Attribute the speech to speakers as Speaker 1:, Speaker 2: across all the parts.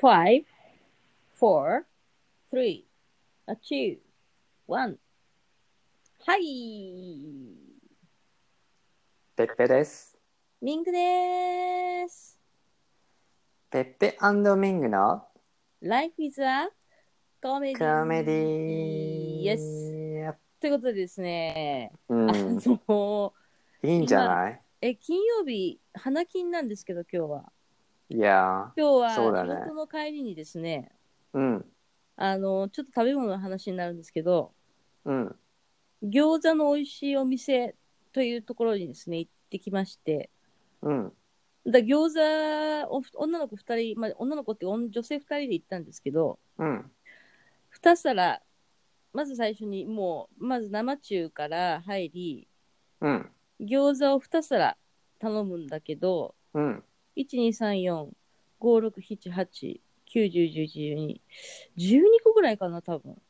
Speaker 1: five, four, three, two, one. はい。
Speaker 2: ペッペです。
Speaker 1: ミンクです。
Speaker 2: ペッペミングの
Speaker 1: Life is a comedy.
Speaker 2: コメディ
Speaker 1: Yes ということでですね、
Speaker 2: うん、
Speaker 1: あの、
Speaker 2: いいんじゃない
Speaker 1: え、金曜日、花金なんですけど、今日は。
Speaker 2: いや
Speaker 1: 今日は、
Speaker 2: そうだね
Speaker 1: 仕事の帰りにですね、
Speaker 2: ー、うん、
Speaker 1: あの、ちょっと食べ物の話になるんですけど、
Speaker 2: うん、
Speaker 1: 餃子の美味しいお店というところにですね、行ってきまして、
Speaker 2: うん、
Speaker 1: だ餃子を女の子2人、まあ、女の子って女女性2人で行ったんですけど
Speaker 2: うん、
Speaker 1: 2皿まず最初にもうまず生中から入り
Speaker 2: うん、
Speaker 1: 餃子を2皿頼むんだけど
Speaker 2: うん、
Speaker 1: 12345678910111212個ぐらいかな多分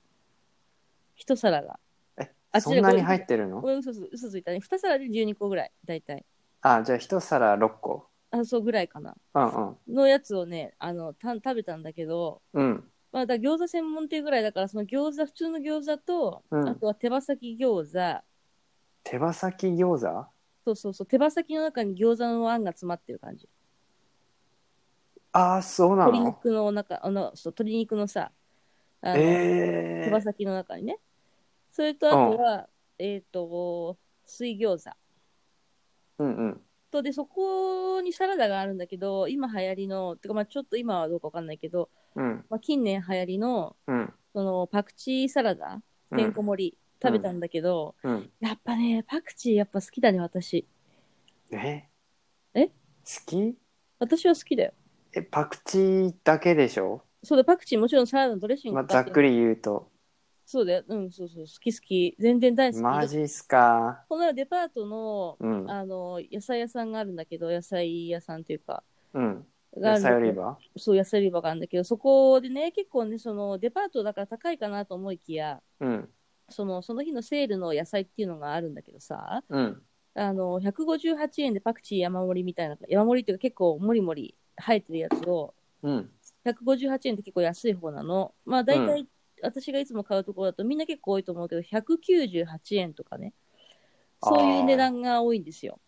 Speaker 1: 1皿が
Speaker 2: え
Speaker 1: あ
Speaker 2: そんなに入
Speaker 1: っ
Speaker 2: ってるの
Speaker 1: 俺嘘つ嘘ついたね2皿で12個ぐらい大体
Speaker 2: あ、じゃあ一皿六個。
Speaker 1: あそうぐらいかな
Speaker 2: うん、うん、
Speaker 1: のやつをねあのた食べたんだけど
Speaker 2: うん、
Speaker 1: まあ、だから餃子専門店ぐらいだからその餃子普通の餃子と、
Speaker 2: うん
Speaker 1: あとは手羽先餃子
Speaker 2: 手羽先餃子
Speaker 1: そうそうそう手羽先の中に餃子のあんが詰まってる感じ
Speaker 2: あー、そうな
Speaker 1: 鶏
Speaker 2: の
Speaker 1: 肉の中あのそう鶏肉のさあの、
Speaker 2: え
Speaker 1: 手羽
Speaker 2: ー、
Speaker 1: 先の中にねそれとあとは、えっ、と水餃子
Speaker 2: うん、うん、
Speaker 1: とでそこにサラダがあるんだけど今流行りのてかまあちょっと今はどうかわかんないけど、
Speaker 2: うん、
Speaker 1: まあ、近年流行りの
Speaker 2: うん、
Speaker 1: そのパクチーサラダてんこ盛り、食べたんだけど、
Speaker 2: うん、
Speaker 1: やっぱねパクチーやっぱ好きだね私
Speaker 2: え
Speaker 1: え
Speaker 2: 好き
Speaker 1: 私は好きだよ。
Speaker 2: え、パクチーだけでしょ
Speaker 1: そうだ、パクチーもちろんサラダのドレッシング
Speaker 2: まあ、
Speaker 1: か
Speaker 2: ざ
Speaker 1: っ
Speaker 2: って
Speaker 1: る
Speaker 2: くり言うと。
Speaker 1: そうだよ。うん、そうそう、好き好き。全然大好き。
Speaker 2: マジっすか。
Speaker 1: この間デパートの、
Speaker 2: うん、
Speaker 1: あの、野菜屋さんがあるんだけど、野菜屋さんというか、
Speaker 2: うん。
Speaker 1: がある
Speaker 2: 野
Speaker 1: んだけ
Speaker 2: 菜
Speaker 1: ど
Speaker 2: 売り場
Speaker 1: そう、野菜売り場があるんだけど、そこでね、結構ね、その、デパートだから高いかなと思いきや、
Speaker 2: うん、
Speaker 1: その、その日のセールの野菜っていうのがあるんだけどさ、
Speaker 2: うん、
Speaker 1: あの、158円でパクチー山盛りみたいな、山盛りっていうか結構もりもり生えてるやつを、
Speaker 2: うん、
Speaker 1: 158円って結構安い方なの。まあ大体、私がいつも買うところだとみんな結構多いと思うけど、198円とかね。そういう値段が多いんですよ。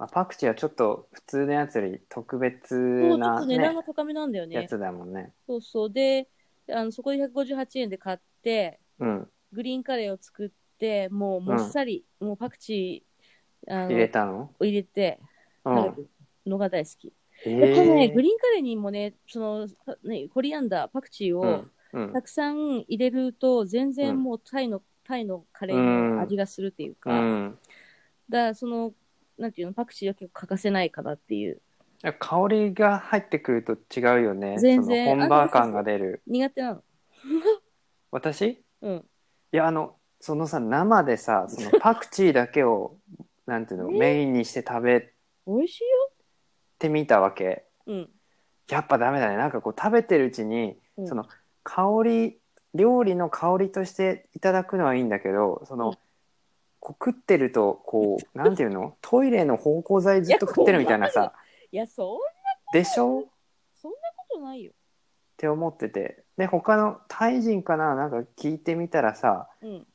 Speaker 2: まあ、パクチーはちょっと普通のやつより特別
Speaker 1: そうちょっ
Speaker 2: な、
Speaker 1: と
Speaker 2: ね
Speaker 1: 値段が高めなんだよね。
Speaker 2: やつだもんね。
Speaker 1: そうそう。で、あのそこで158円で買って、
Speaker 2: うん、
Speaker 1: グリーンカレーを作って、もうもっさり、もうパクチーあの
Speaker 2: 入れたの
Speaker 1: を入れて
Speaker 2: う
Speaker 1: 食
Speaker 2: ん。
Speaker 1: べるのが大好き。
Speaker 2: え
Speaker 1: やっぱね、
Speaker 2: ー
Speaker 1: グリーンカレーにもね、その、ね、コリアンダー、パクチーを、
Speaker 2: うん、
Speaker 1: たくさん入れると全然もうタイの、タイのカレーの味がするっていう
Speaker 2: う
Speaker 1: か、だか
Speaker 2: ん。
Speaker 1: らそのなんていうのパクチーは結構欠かせないかなっていう
Speaker 2: いや香りが入ってくると違うよね。
Speaker 1: 全然
Speaker 2: その本場感が出る。
Speaker 1: 苦手なの
Speaker 2: 私
Speaker 1: うん
Speaker 2: いや、あの、そのさ、生でさ、そのパクチーだけを、 なんていうの、
Speaker 1: ね
Speaker 2: メインにして食べ
Speaker 1: 美味しいよ
Speaker 2: てみたわけ。
Speaker 1: うん
Speaker 2: やっぱダメだね。なんかこう食べてるうちに、
Speaker 1: うん
Speaker 2: その香り、料理の香りとしていただくのはいいんだけど、その、
Speaker 1: うん
Speaker 2: こう食ってると、こ う、なんていうのトイレの芳香剤ずっと食ってるみたいない
Speaker 1: や
Speaker 2: さ、
Speaker 1: いやそんな
Speaker 2: でしょっ
Speaker 1: ことないよ
Speaker 2: て思ってて。で、他のタイ人かななんか聞いてみたらさ、
Speaker 1: うん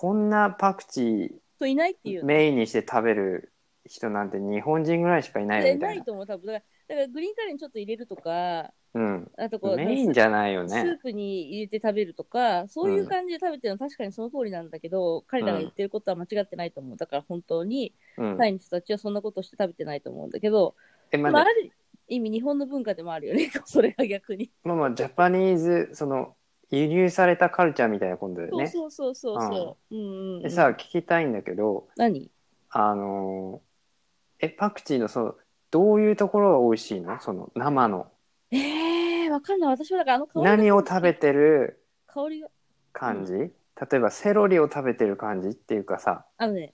Speaker 2: こんなパクチ
Speaker 1: といないってい
Speaker 2: ー
Speaker 1: うの
Speaker 2: メインにして食べる人なんて日本人ぐらいしかいないよ
Speaker 1: で
Speaker 2: みた
Speaker 1: ないい
Speaker 2: な。
Speaker 1: と思う多分だからだからグリーンカレーにちょっと入れるとか
Speaker 2: うん。
Speaker 1: あとこう
Speaker 2: メインじゃないよ
Speaker 1: スー
Speaker 2: ね。
Speaker 1: プに入れて食べるとかそういう感じで食べてるのは確かにその通りなんだけど、彼らが言ってることは間違ってないと思うだから本当に
Speaker 2: うん
Speaker 1: タ。イの人たちはそんなことして食べてないと思うんだけど、
Speaker 2: え、ま
Speaker 1: まあ、
Speaker 2: だ
Speaker 1: ある意味日本の文化でもあるよね それが逆に、
Speaker 2: まあまあ、ジャパニーズ、その、輸入されたカルチャーみたいなことだよね。
Speaker 1: そうそうそうそうそう、うんうんうん
Speaker 2: でさ、聞きたいんだけど、
Speaker 1: 何
Speaker 2: あのーえ、パクチーの、その、どういうところが美味しいのその、生の。
Speaker 1: えー、わかんない私はだからあの香りが
Speaker 2: 何を食べてる
Speaker 1: 香りが
Speaker 2: 感じ、例えば、セロリを食べてる感じっていうかさ、
Speaker 1: あのね、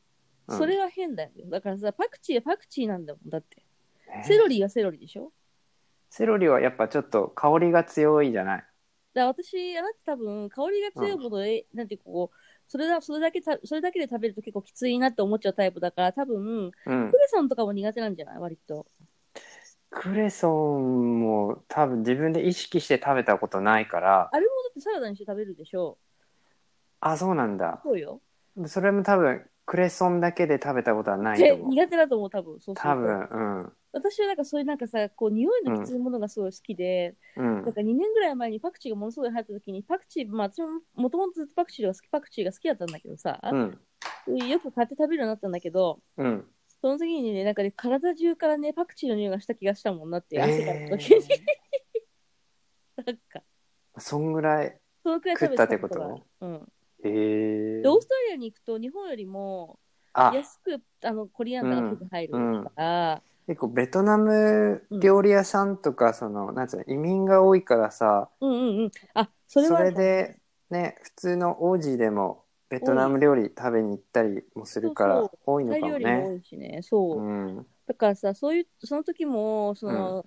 Speaker 2: うん
Speaker 1: それは変だよだからさパクチーはパクチーなんだもんだって
Speaker 2: え
Speaker 1: セロリはセロリでしょ
Speaker 2: セロリはやっぱちょっと香りが強いじゃない
Speaker 1: だから私あなた多分香りが強いほど、えなんていうかこうそれだそれだけたそれだけで食べると結構きついなって思っちゃうタイプだから多分
Speaker 2: うん
Speaker 1: ク。レソンとかも苦手なんじゃない割と
Speaker 2: ククレソンも多分自分で意識して食べたことないから、
Speaker 1: あれもだってサラダにして食べるでしょ
Speaker 2: あ、そうなんだ。
Speaker 1: そうよ。
Speaker 2: それも多分、クレソンだけで食べたことはないと
Speaker 1: で
Speaker 2: 思う。
Speaker 1: 苦手だと思う、多分。そうすると
Speaker 2: 多分、
Speaker 1: 私はなんかそういうなんかさ、こう、匂いのきついものがすごい好きで、
Speaker 2: うん。うん
Speaker 1: なん。か2年ぐらい前にパクチーがものすごい流行った時に、パクチー、まあ私ももともとずっとパクチーが好き、パクチーが好きだったんだけどさ、
Speaker 2: うん。
Speaker 1: よく買って食べるようになったんだけど、
Speaker 2: うん。
Speaker 1: その時にね、なんかね、体中からね、パクチーの匂いがした気がしたもんなって、
Speaker 2: えー
Speaker 1: 汗かく時に。なんか、
Speaker 2: そんぐらい。
Speaker 1: そのくらい食べて
Speaker 2: 食ったってこと
Speaker 1: とがある
Speaker 2: え
Speaker 1: う
Speaker 2: ー
Speaker 1: ん。で、オーストラリアに行くと、日本よりも
Speaker 2: あ、
Speaker 1: 安く、あの、コリアンダーが手に入るから、
Speaker 2: 結構ベトナム料理屋さんとか、その、なんつうの、移民が多いからさ、
Speaker 1: うんうんうん。あ、そ
Speaker 2: そ
Speaker 1: れ
Speaker 2: れ
Speaker 1: は、
Speaker 2: で、ね、普通の王子でもベトナム料理食べに行ったりもするから、
Speaker 1: そう
Speaker 2: 多いの
Speaker 1: タ
Speaker 2: か
Speaker 1: イ料
Speaker 2: も
Speaker 1: 理も多
Speaker 2: ね。
Speaker 1: いしね、そう。
Speaker 2: うん。
Speaker 1: だからさ、そういう、その時も、その、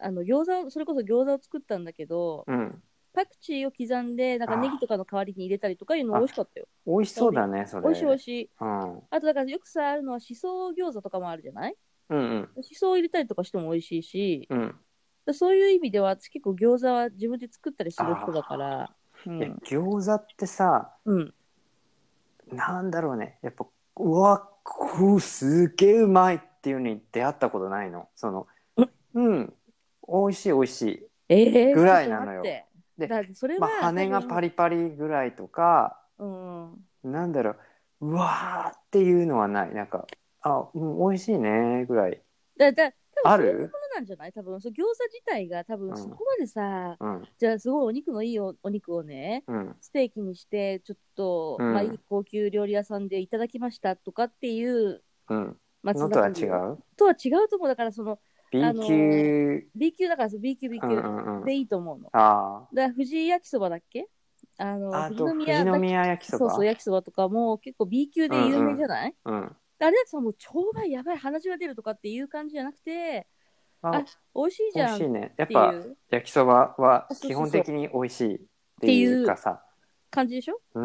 Speaker 1: あの餃子をそれこそ餃子を作ったんだけど、
Speaker 2: うん。
Speaker 1: パクチーを刻んで、なんか
Speaker 2: あ
Speaker 1: ネギとかの代わりに入れたりとかいうの
Speaker 2: あ
Speaker 1: 美味しかったよ。
Speaker 2: 美味しそうだね、それ。
Speaker 1: 美味しい美味
Speaker 2: い。
Speaker 1: しい。
Speaker 2: うん。
Speaker 1: あとだからよくさ、あるのはしそ餃子とかもあるじゃない
Speaker 2: うんうん。
Speaker 1: しそを入れたりとかしても美味しいし、
Speaker 2: うん。
Speaker 1: だそういう意味では私結構餃子は自分で作ったりする人だから、う
Speaker 2: え
Speaker 1: ん、、
Speaker 2: 餃子ってさ、
Speaker 1: うん。
Speaker 2: なんだろうね。やっぱ、うわ、こう、すげえうまいっていうのに出会ったことないの。その
Speaker 1: うん、
Speaker 2: うん。美味しい美味しい。
Speaker 1: えー、
Speaker 2: ぐらいなのよ
Speaker 1: ちょっと待って
Speaker 2: で
Speaker 1: だってそれは、
Speaker 2: まあ、羽がパ
Speaker 1: リ。
Speaker 2: リパリぐらいとか、
Speaker 1: うん。
Speaker 2: なんだろう、うわーっていうのはない。なんか、あ、うん、美味しいね、ぐらい。
Speaker 1: だだ
Speaker 2: あ
Speaker 1: 多分そういうも
Speaker 2: る
Speaker 1: のなんじゃない多分そう餃子自体が多
Speaker 2: うん
Speaker 1: 分そこまでさ、
Speaker 2: うん、
Speaker 1: じゃあすごいお肉のいいおお肉をね
Speaker 2: うん、
Speaker 1: ステーキにしてちょっと、
Speaker 2: うん
Speaker 1: まあ、いい高級料理屋さんでいただきましたとかっていう
Speaker 2: うん。
Speaker 1: 松
Speaker 2: の
Speaker 1: の
Speaker 2: とは
Speaker 1: 中身
Speaker 2: 違う
Speaker 1: とは違うと思うだからその
Speaker 2: ?B
Speaker 1: あの
Speaker 2: 級、
Speaker 1: B 級だからそう B 級 B 級
Speaker 2: うんうんうん
Speaker 1: で。いいと思うの、
Speaker 2: あ
Speaker 1: だから藤井焼きそばだっけあの
Speaker 2: あ。あ
Speaker 1: 富士
Speaker 2: と、富士
Speaker 1: だっけ
Speaker 2: 宮焼きそ
Speaker 1: そう
Speaker 2: ば。
Speaker 1: そう焼きそばとかも結構 B 級で有名じゃない、
Speaker 2: うん。
Speaker 1: あれだってさもう超がやばい鼻血が出るとかっていう感じじゃなくて
Speaker 2: あ
Speaker 1: あ、美味しいじ
Speaker 2: 美
Speaker 1: ゃん
Speaker 2: 味
Speaker 1: っ
Speaker 2: していね。やっぱ
Speaker 1: い、う
Speaker 2: 焼きそばは
Speaker 1: そうそうそう
Speaker 2: 基本的に美味しいっていうかさ。
Speaker 1: 感じでしょ
Speaker 2: うー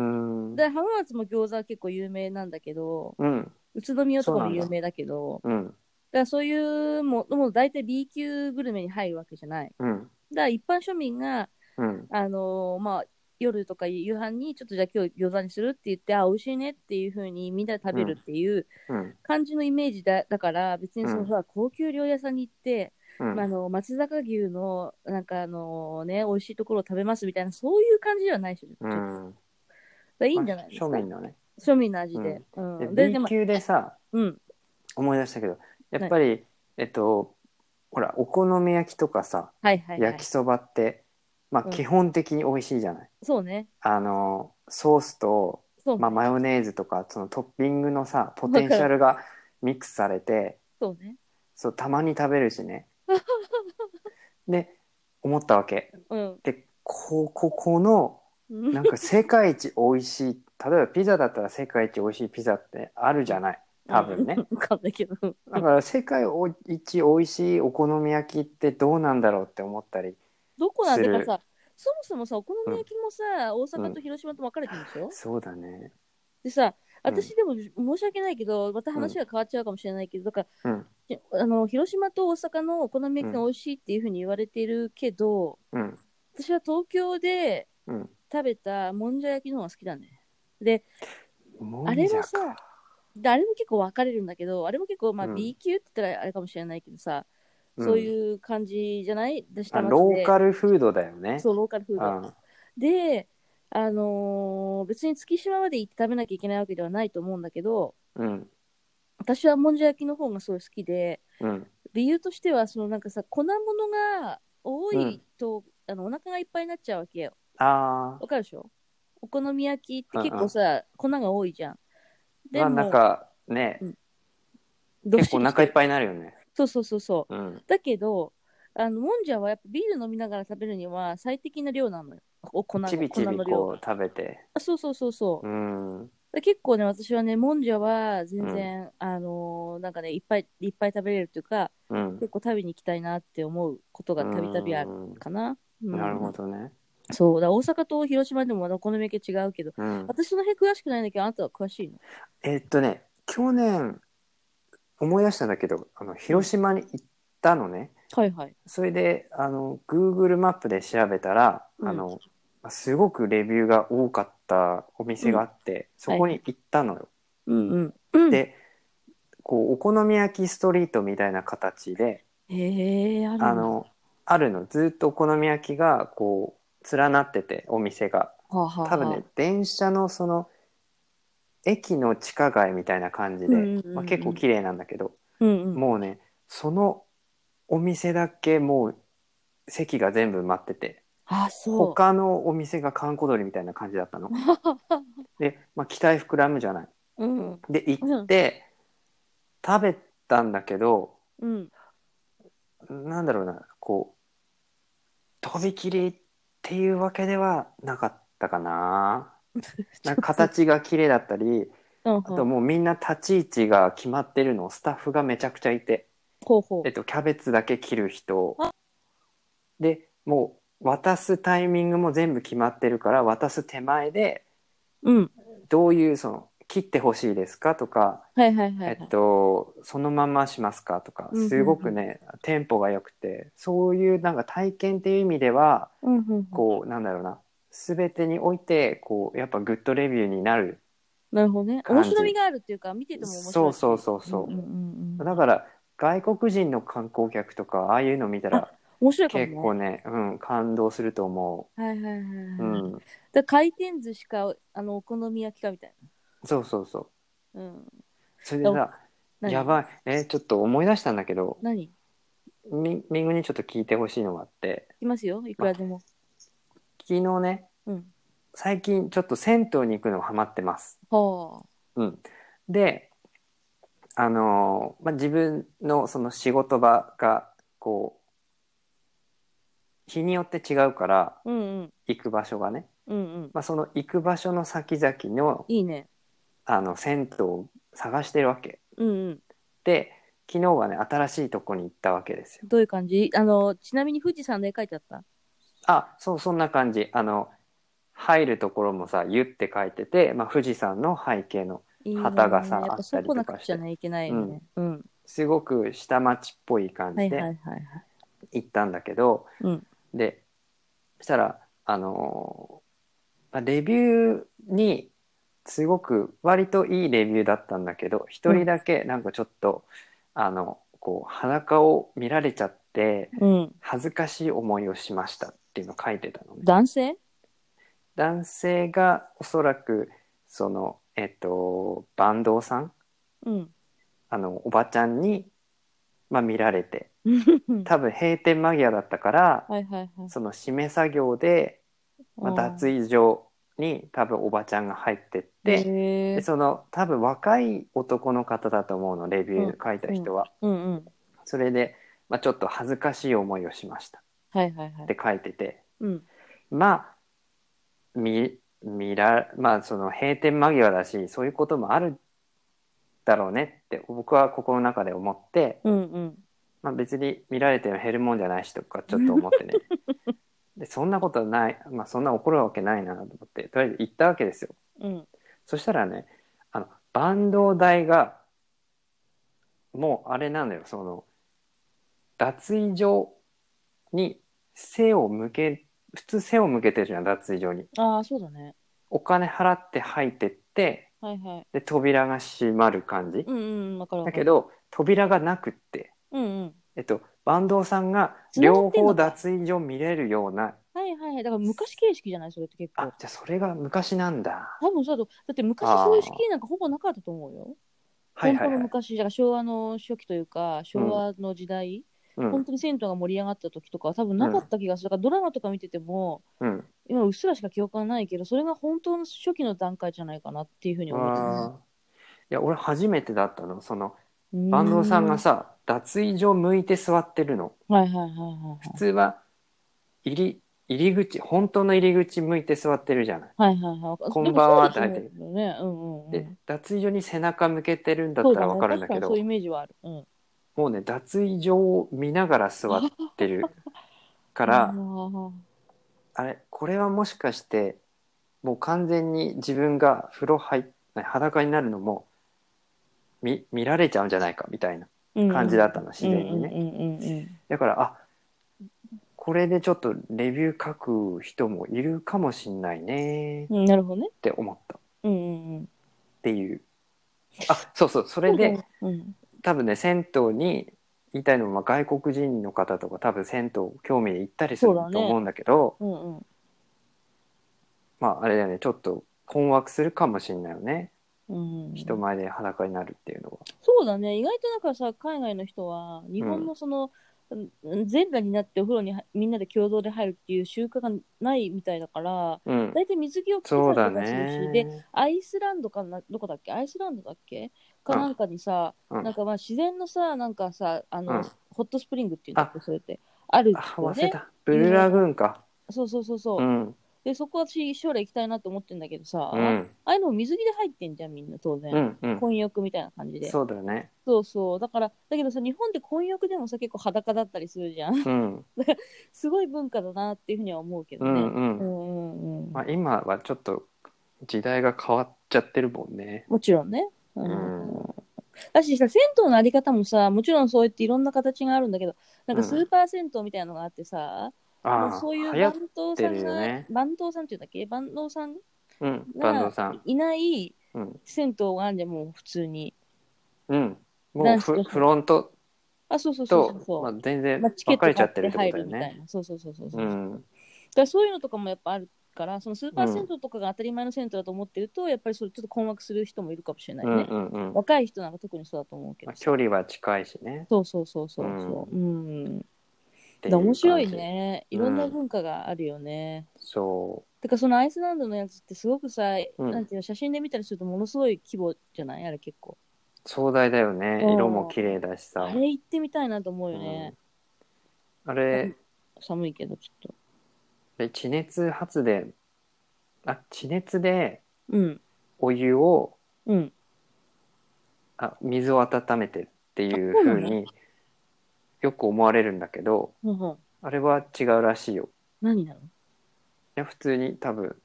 Speaker 2: ん。
Speaker 1: で浜松も餃子は結構有名なんだけど
Speaker 2: うん、
Speaker 1: 宇都宮とか
Speaker 2: そ
Speaker 1: も
Speaker 2: うなんだ
Speaker 1: 有名だけど
Speaker 2: うん、
Speaker 1: だからそういうももう大体 B 級グルメに入るわけじゃない
Speaker 2: うん、
Speaker 1: だから一般庶民が、
Speaker 2: うん。
Speaker 1: あのーまあ、夜とか夕飯にちょっとじゃあ今日餃子にするって言ってあ美味しいねっていう風にみんなで食べるっていう
Speaker 2: うん、
Speaker 1: 感じのイメージだだから別にその、
Speaker 2: うん
Speaker 1: ほら高級料理屋さんに行って、
Speaker 2: うん。
Speaker 1: まあ、あの松坂牛のなんかあのね美味しいところを食べますみたいなそういう感じではないし、
Speaker 2: う
Speaker 1: だか
Speaker 2: ん。
Speaker 1: らいいんじゃないですか、
Speaker 2: 庶民のね。
Speaker 1: 庶民の味で。
Speaker 2: で
Speaker 1: うん。で、で
Speaker 2: B
Speaker 1: も、
Speaker 2: 級でさ、
Speaker 1: うん。
Speaker 2: 思い出したけどやっぱり、えっとほらお好み焼きとかさ
Speaker 1: はいはい、はい
Speaker 2: 焼き。そばって、まあ、
Speaker 1: うん
Speaker 2: 基本的に美味しいじゃない、
Speaker 1: そうね。
Speaker 2: あのソースと、
Speaker 1: そう、
Speaker 2: まあ、マヨネーズとかそのトッピングのさポテンシャルがミックスされて
Speaker 1: そうね。
Speaker 2: そうたまに食べるしねで思ったわけ
Speaker 1: うん。
Speaker 2: でこここの
Speaker 1: うん
Speaker 2: なんか世界一美味しい 例えばピザだったら世界一美味しいピザってあるじゃない多分ね、
Speaker 1: わかんないけど。
Speaker 2: だから世界一美味しいお好み焼きってどうなんだろうって思ったり
Speaker 1: どこなん
Speaker 2: す
Speaker 1: だ
Speaker 2: る
Speaker 1: からさ、そもそもさ、お好み焼きもさ、大阪と広島と分かれてるでしょ、
Speaker 2: そうだね
Speaker 1: でさ、
Speaker 2: うん
Speaker 1: 私でも申し訳ないけど、また話が変わっちゃうかもしれないけど、だか
Speaker 2: うん
Speaker 1: ら、あの、広島と大阪のお好み焼きが美味しいっていうふうに言われてるけど、
Speaker 2: うん
Speaker 1: 私は東京で
Speaker 2: うん
Speaker 1: 食べたもんじゃ焼きの方が好きだね。
Speaker 2: も
Speaker 1: あ
Speaker 2: ん
Speaker 1: れ
Speaker 2: じゃ
Speaker 1: も
Speaker 2: か
Speaker 1: さ、であれも結構分かれるんだけど、あれも結構まあ
Speaker 2: うん
Speaker 1: B 級って言ったらあれかもしれないけどさ、
Speaker 2: うん
Speaker 1: そういう感じじゃないで
Speaker 2: あ
Speaker 1: 下町で
Speaker 2: ローカルフードだよね
Speaker 1: そう、ローカルフード。
Speaker 2: あ
Speaker 1: で、あのー別に月島まで行って食べなきゃいけないわけではないと思うんだけど、
Speaker 2: うん
Speaker 1: 私はもんじゃ焼きの方がすごい好きで、
Speaker 2: うん
Speaker 1: 理由としては、そのなんかさ、粉物が多
Speaker 2: うん
Speaker 1: いと、あのお腹がいっぱいになっちゃうわけよ。
Speaker 2: あ
Speaker 1: わかるでしょお好み焼きって結構さ、粉が多いじゃん。
Speaker 2: ー
Speaker 1: で
Speaker 2: まあ
Speaker 1: も、
Speaker 2: なんかね
Speaker 1: うんどっしりして
Speaker 2: 結構お腹いっぱいになるよね
Speaker 1: そうそうそうそう。
Speaker 2: うん
Speaker 1: だけど、あのもんじゃはやっぱビール飲みながら食べるには最適な量なのよ。お粉の
Speaker 2: ちび
Speaker 1: 粉
Speaker 2: ちび
Speaker 1: の量。
Speaker 2: こう食べて
Speaker 1: あそうそうそうそう。
Speaker 2: うん
Speaker 1: で結構ね、私はね、もんじゃは全然、あのーなんかね、いっぱいいっぱい食べれるというか、
Speaker 2: うん
Speaker 1: 結構食べに行きたいなって思うことがたびたびある
Speaker 2: うん
Speaker 1: かな。うん
Speaker 2: なるほ。どね
Speaker 1: そうだ、大阪と広島でもお好み焼き違うけど、
Speaker 2: うん
Speaker 1: 私その辺詳しくないんだけど、あなたは詳しいの
Speaker 2: えっとね去年思い出したんだけどあの広島に行っったのね
Speaker 1: はいはい。
Speaker 2: それであの Google マップで調べたら、
Speaker 1: うん
Speaker 2: あのすごくレビューが多かったお店があって、そこに行ったのよ。
Speaker 1: うんうん。うん、
Speaker 2: でこうお好み焼きストリートみたいな形で、
Speaker 1: へえ、あるんだ
Speaker 2: あ、のあるのずっとお好み焼きがこう連なっててお店が
Speaker 1: はあはあはあ
Speaker 2: 多分ね、電車のその駅の地下街みたいな感じで、
Speaker 1: うんうんうん
Speaker 2: まあ、結構綺麗なんだけど、
Speaker 1: うんうん、
Speaker 2: もうねそのお店だけもう席が全部埋まってて
Speaker 1: あ、そう。
Speaker 2: 他のお店が閑古鳥みたいな感じだっ たの。で、まあ、期待膨らむじゃない。
Speaker 1: うん。
Speaker 2: で行って、食べたんだけど
Speaker 1: うん。
Speaker 2: なんだろうなこうとびきりっていうわけではなかったかな。 なんか形が綺麗だったり
Speaker 1: うんうん、
Speaker 2: あともうみんな立ち位置が決まってるのスタッフがめちゃくちゃいて、
Speaker 1: ほうほ
Speaker 2: えっと、キャベツだけ切る人でもう渡すタイミングも全部決まってるから渡す手前で
Speaker 1: う。うん。
Speaker 2: どういうその切ってほしいですかとか、
Speaker 1: はいはいはい、はい。
Speaker 2: えっと、そのまましますかとか
Speaker 1: うんうんうん
Speaker 2: すごくね、テンポが良くてそういうなんか体験っていう意味では
Speaker 1: うんうんうん、
Speaker 2: こうなんだろうな全てにおいてこうやっぱグッドレビューになる
Speaker 1: なるほどね。
Speaker 2: 感
Speaker 1: 面
Speaker 2: じ
Speaker 1: 白みがあるっていうか、見てても面白い。
Speaker 2: そうそうそうそう。
Speaker 1: んうんうん、
Speaker 2: だから外国人の観光客とかああいうの見たら
Speaker 1: 面白いかもね。
Speaker 2: 結構ね、うん、感動すると思、
Speaker 1: はいはいはいう
Speaker 2: う
Speaker 1: はい。だから
Speaker 2: ん、
Speaker 1: 回転寿司か、あの、お好み焼きかみたい
Speaker 2: そうそうそう
Speaker 1: な。うん。
Speaker 2: それでさ
Speaker 1: 何
Speaker 2: やばいえちょっと思い出したんだけど
Speaker 1: 何い
Speaker 2: ミミングにちょっと聞いてほしいのがあって
Speaker 1: きますよ。いくらでも。
Speaker 2: 昨日ね
Speaker 1: うん。
Speaker 2: 最近ちょっと銭湯に行くのハマってます、
Speaker 1: はあ。
Speaker 2: うん、であのーまあ、自分のその仕事場がこう日によって違うから
Speaker 1: うんうん。
Speaker 2: 行く場所がね、
Speaker 1: うんうん。
Speaker 2: まあ、その行く場所の先々の
Speaker 1: いいね。
Speaker 2: あの銭湯を探してるわけ
Speaker 1: うんうん。
Speaker 2: で昨日はね新しいとこに行ったわけですよ
Speaker 1: どういう感じあの、ちなみに富士山で書いてあった。
Speaker 2: あそうそんな感じあの入るところもさ「湯」って書いてて、まあ、富士山の背景の
Speaker 1: いいね
Speaker 2: 旗がさ
Speaker 1: やっぱそこなくちゃねいけないよね。うん。
Speaker 2: すごく下町っぽい感
Speaker 1: は
Speaker 2: じ
Speaker 1: いはいはい
Speaker 2: で
Speaker 1: はい。
Speaker 2: 行ったんだけど、
Speaker 1: うん
Speaker 2: でそしたらあのーまあレビューにすごく割といいレビューだったんだけど一人だけなんかちょっと、あのこう裸を見られちゃって
Speaker 1: うん。
Speaker 2: 恥ずかしい思いをしましたっていうのを書いてたのね。
Speaker 1: 男性
Speaker 2: 男性がおそらくそのえっとバンドウさん
Speaker 1: うん。
Speaker 2: あのおばちゃんに、まあ、見られて多分閉店間際だったから
Speaker 1: はいはいはい。
Speaker 2: その締め作業で、まあ、脱衣所に多分おばちゃんが入ってっ
Speaker 1: で
Speaker 2: て、でその多分若い男の方だと思うのレビュー書いた人は、
Speaker 1: うんうん。
Speaker 2: それで、まあ、ちょっと恥ずかしい思いをしました
Speaker 1: はいはいは
Speaker 2: っ
Speaker 1: い。
Speaker 2: て書いてて。
Speaker 1: うん。
Speaker 2: まあ、見、見ら、まあ、その閉店間際だし、そういうこともあるだろうねって、僕は心の中で思って、
Speaker 1: うんうん。
Speaker 2: まあ別に見られて減るもんじゃないしとか、ちょっと思ってね。で、そんなことない、まあそんな怒るわけないなと思って、とりあえず行ったわけですよ。
Speaker 1: うん。
Speaker 2: そしたらね、あの、バンド代が、もうあれなのよ、その、脱衣所に背を向け、普通背を向けてるじゃん、脱衣所に。
Speaker 1: ああ、そうだね。
Speaker 2: お金払って入ってって
Speaker 1: はいはい。
Speaker 2: で扉が閉まる感じ
Speaker 1: うんうん、わかるわ
Speaker 2: だ
Speaker 1: かる。
Speaker 2: けど扉がなくって
Speaker 1: うんうん。
Speaker 2: えっと坂東さんが
Speaker 1: 繋が
Speaker 2: 両
Speaker 1: ってんの
Speaker 2: 方脱衣所見れるような
Speaker 1: はいはいはい。だから昔形式じゃないそれって結
Speaker 2: あ
Speaker 1: 構。
Speaker 2: じゃあそれが昔なんだ
Speaker 1: 多分そうだと。だって昔
Speaker 2: あー
Speaker 1: そういう式なんかほぼなかったと思うよ。
Speaker 2: はいはい
Speaker 1: 本当
Speaker 2: は
Speaker 1: の
Speaker 2: い、
Speaker 1: 昔、だから昭和の初期というか、昭和の時代、
Speaker 2: うん
Speaker 1: 本当に銭湯が盛り上がった時とかは多分なかった気がする。だからドラマとか見てても、
Speaker 2: うん、
Speaker 1: 今うっすらしか記憶がないけど、それが本当の初期の段階じゃないかなっていうふうに思う。
Speaker 2: あーいや俺初めてだったのその
Speaker 1: うん
Speaker 2: 坂東さんがさ脱衣所向いて座ってるの
Speaker 1: はいはいはいはいはい
Speaker 2: 普。通は入り入り口本当の入り口向いて座ってるじゃない
Speaker 1: はいはいはい。
Speaker 2: こんばんはって
Speaker 1: な
Speaker 2: 入
Speaker 1: ん
Speaker 2: っ
Speaker 1: かそ
Speaker 2: て
Speaker 1: うですよね。うんうん、う
Speaker 2: で
Speaker 1: ん。
Speaker 2: 脱衣所に背中向けてるんだったらわかるんだ
Speaker 1: そうね確か
Speaker 2: け
Speaker 1: に
Speaker 2: ど
Speaker 1: そういうイメージはある。うん。
Speaker 2: もうね脱衣所を見ながら座ってるか
Speaker 1: あ
Speaker 2: ら
Speaker 1: ー
Speaker 2: あれこれはもしかしてもう完全に自分が風呂入っ裸になるのも見見られちゃうんじゃないかみたいな感じだったの、自然にね。
Speaker 1: ね。
Speaker 2: だからあこれでちょっとレビュー書く人もいるかもしんないねっ
Speaker 1: うんなるほどね。
Speaker 2: て思ったっ
Speaker 1: うんうんうん。
Speaker 2: ていうあそうそうそれで
Speaker 1: うん、
Speaker 2: 多分ね銭湯に言いたいのは、まあ、外国人の方とか多分銭湯興味で行ったりす
Speaker 1: そ
Speaker 2: る
Speaker 1: うだね
Speaker 2: と思うんだけど
Speaker 1: うんうん。
Speaker 2: まああれだよねちょっと困惑するかもしんないよね
Speaker 1: うん、
Speaker 2: 人前で裸になるっていうのは。
Speaker 1: そうだね、意外となんかさ、海外の人は、日本のその、うん全裸になってお風呂にはみんなで共同で入るっていう習慣がないみたいだから、
Speaker 2: うん、
Speaker 1: 大体水着を着てたり
Speaker 2: そう
Speaker 1: と
Speaker 2: だ
Speaker 1: かするし、で、
Speaker 2: ね。
Speaker 1: アイスランドかな、どこだっけ、アイスランドだっけか
Speaker 2: うん
Speaker 1: なんかにさ、
Speaker 2: うん
Speaker 1: なんかまあ自然のさ、なんかさ、あの、
Speaker 2: うん
Speaker 1: ホットスプリングっていうんだっけ、それって。あるよ
Speaker 2: あ忘れ
Speaker 1: ね。
Speaker 2: た。ブルーラグーンか。
Speaker 1: そうそうそうそう。
Speaker 2: うん。
Speaker 1: で、そこ私、将来行きたいなと思ってんだけどさ、
Speaker 2: う
Speaker 1: あ
Speaker 2: ん。
Speaker 1: あいうのも水着で入ってんじゃん、みんな、当然。
Speaker 2: うん。うん。
Speaker 1: 混浴みたいな感じで。
Speaker 2: そうだよね。
Speaker 1: そうそう。だから、だけどさ、日本で混浴でもさ、結構裸だったりするじゃん。
Speaker 2: うん。
Speaker 1: すごい文化だなっていうふうには思うけど
Speaker 2: う
Speaker 1: ね。
Speaker 2: ん。うん
Speaker 1: う。んうんうん。
Speaker 2: まあ、今はちょっと時代が変わっちゃってるもんね。
Speaker 1: もちろんね。う
Speaker 2: うん
Speaker 1: だしさ、銭湯のあり方もさ、もちろんそうやっていろんな形があるんだけど、なんかスーパー銭湯みたいなのがあってさ、
Speaker 2: ああ、
Speaker 1: そういう
Speaker 2: 流行っ
Speaker 1: 番頭さん
Speaker 2: 流行ってるよ
Speaker 1: が、
Speaker 2: ね
Speaker 1: 番頭さんっていうんだっけ番頭さん
Speaker 2: うん、
Speaker 1: が
Speaker 2: バンドさん。
Speaker 1: いない
Speaker 2: うん、
Speaker 1: 銭湯があるじゃん、もう普通に。
Speaker 2: うん、もう
Speaker 1: 男子と
Speaker 2: フフロント
Speaker 1: あ、そうそうそうそう
Speaker 2: と
Speaker 1: そ
Speaker 2: ま
Speaker 1: う。
Speaker 2: あ全然
Speaker 1: まあチケッ
Speaker 2: 分
Speaker 1: ト
Speaker 2: か
Speaker 1: 買
Speaker 2: れちゃ
Speaker 1: っ
Speaker 2: ってる
Speaker 1: て
Speaker 2: ってこと
Speaker 1: 入
Speaker 2: だ
Speaker 1: る
Speaker 2: よ
Speaker 1: みたい
Speaker 2: ね。
Speaker 1: な。そうそうそうそうそうう。
Speaker 2: ん、
Speaker 1: だからそういうのとかもやっぱあるから、そのスーパ
Speaker 2: うん
Speaker 1: ー銭湯とかが当たり前の銭湯だと思ってると、やっぱりそれちょっと困惑する人もいるかもしれないうね。
Speaker 2: ん、うん、うん。ま
Speaker 1: 若い人なんか特にそうだと思うけど
Speaker 2: あ、。距離は近いしね。
Speaker 1: そうそうそうそうそう。うん。
Speaker 2: ってう
Speaker 1: だ
Speaker 2: 感じ
Speaker 1: 面白い。ね。
Speaker 2: うん
Speaker 1: いろんな文化があるよね。
Speaker 2: そ
Speaker 1: てかそのアイスランドのやつってすごくさ、
Speaker 2: うん
Speaker 1: なんていうの、写真で見たりするとものすごい規模じゃないあれ結構。
Speaker 2: う、壮大だよね。
Speaker 1: うん
Speaker 2: 色も綺麗だしさ。
Speaker 1: あれ行ってみたいなと思うよね。
Speaker 2: あれ、
Speaker 1: 寒いけどちょっ
Speaker 2: で地熱発電。あ、地熱で
Speaker 1: と。うん。
Speaker 2: お湯を、
Speaker 1: うん。
Speaker 2: あ、水を温めてっていう
Speaker 1: あそう
Speaker 2: ふ
Speaker 1: な
Speaker 2: う
Speaker 1: の
Speaker 2: によく思われるんだけど、
Speaker 1: ほんほん。
Speaker 2: あれは違うらしいよ。
Speaker 1: 何なの
Speaker 2: いや普通に多分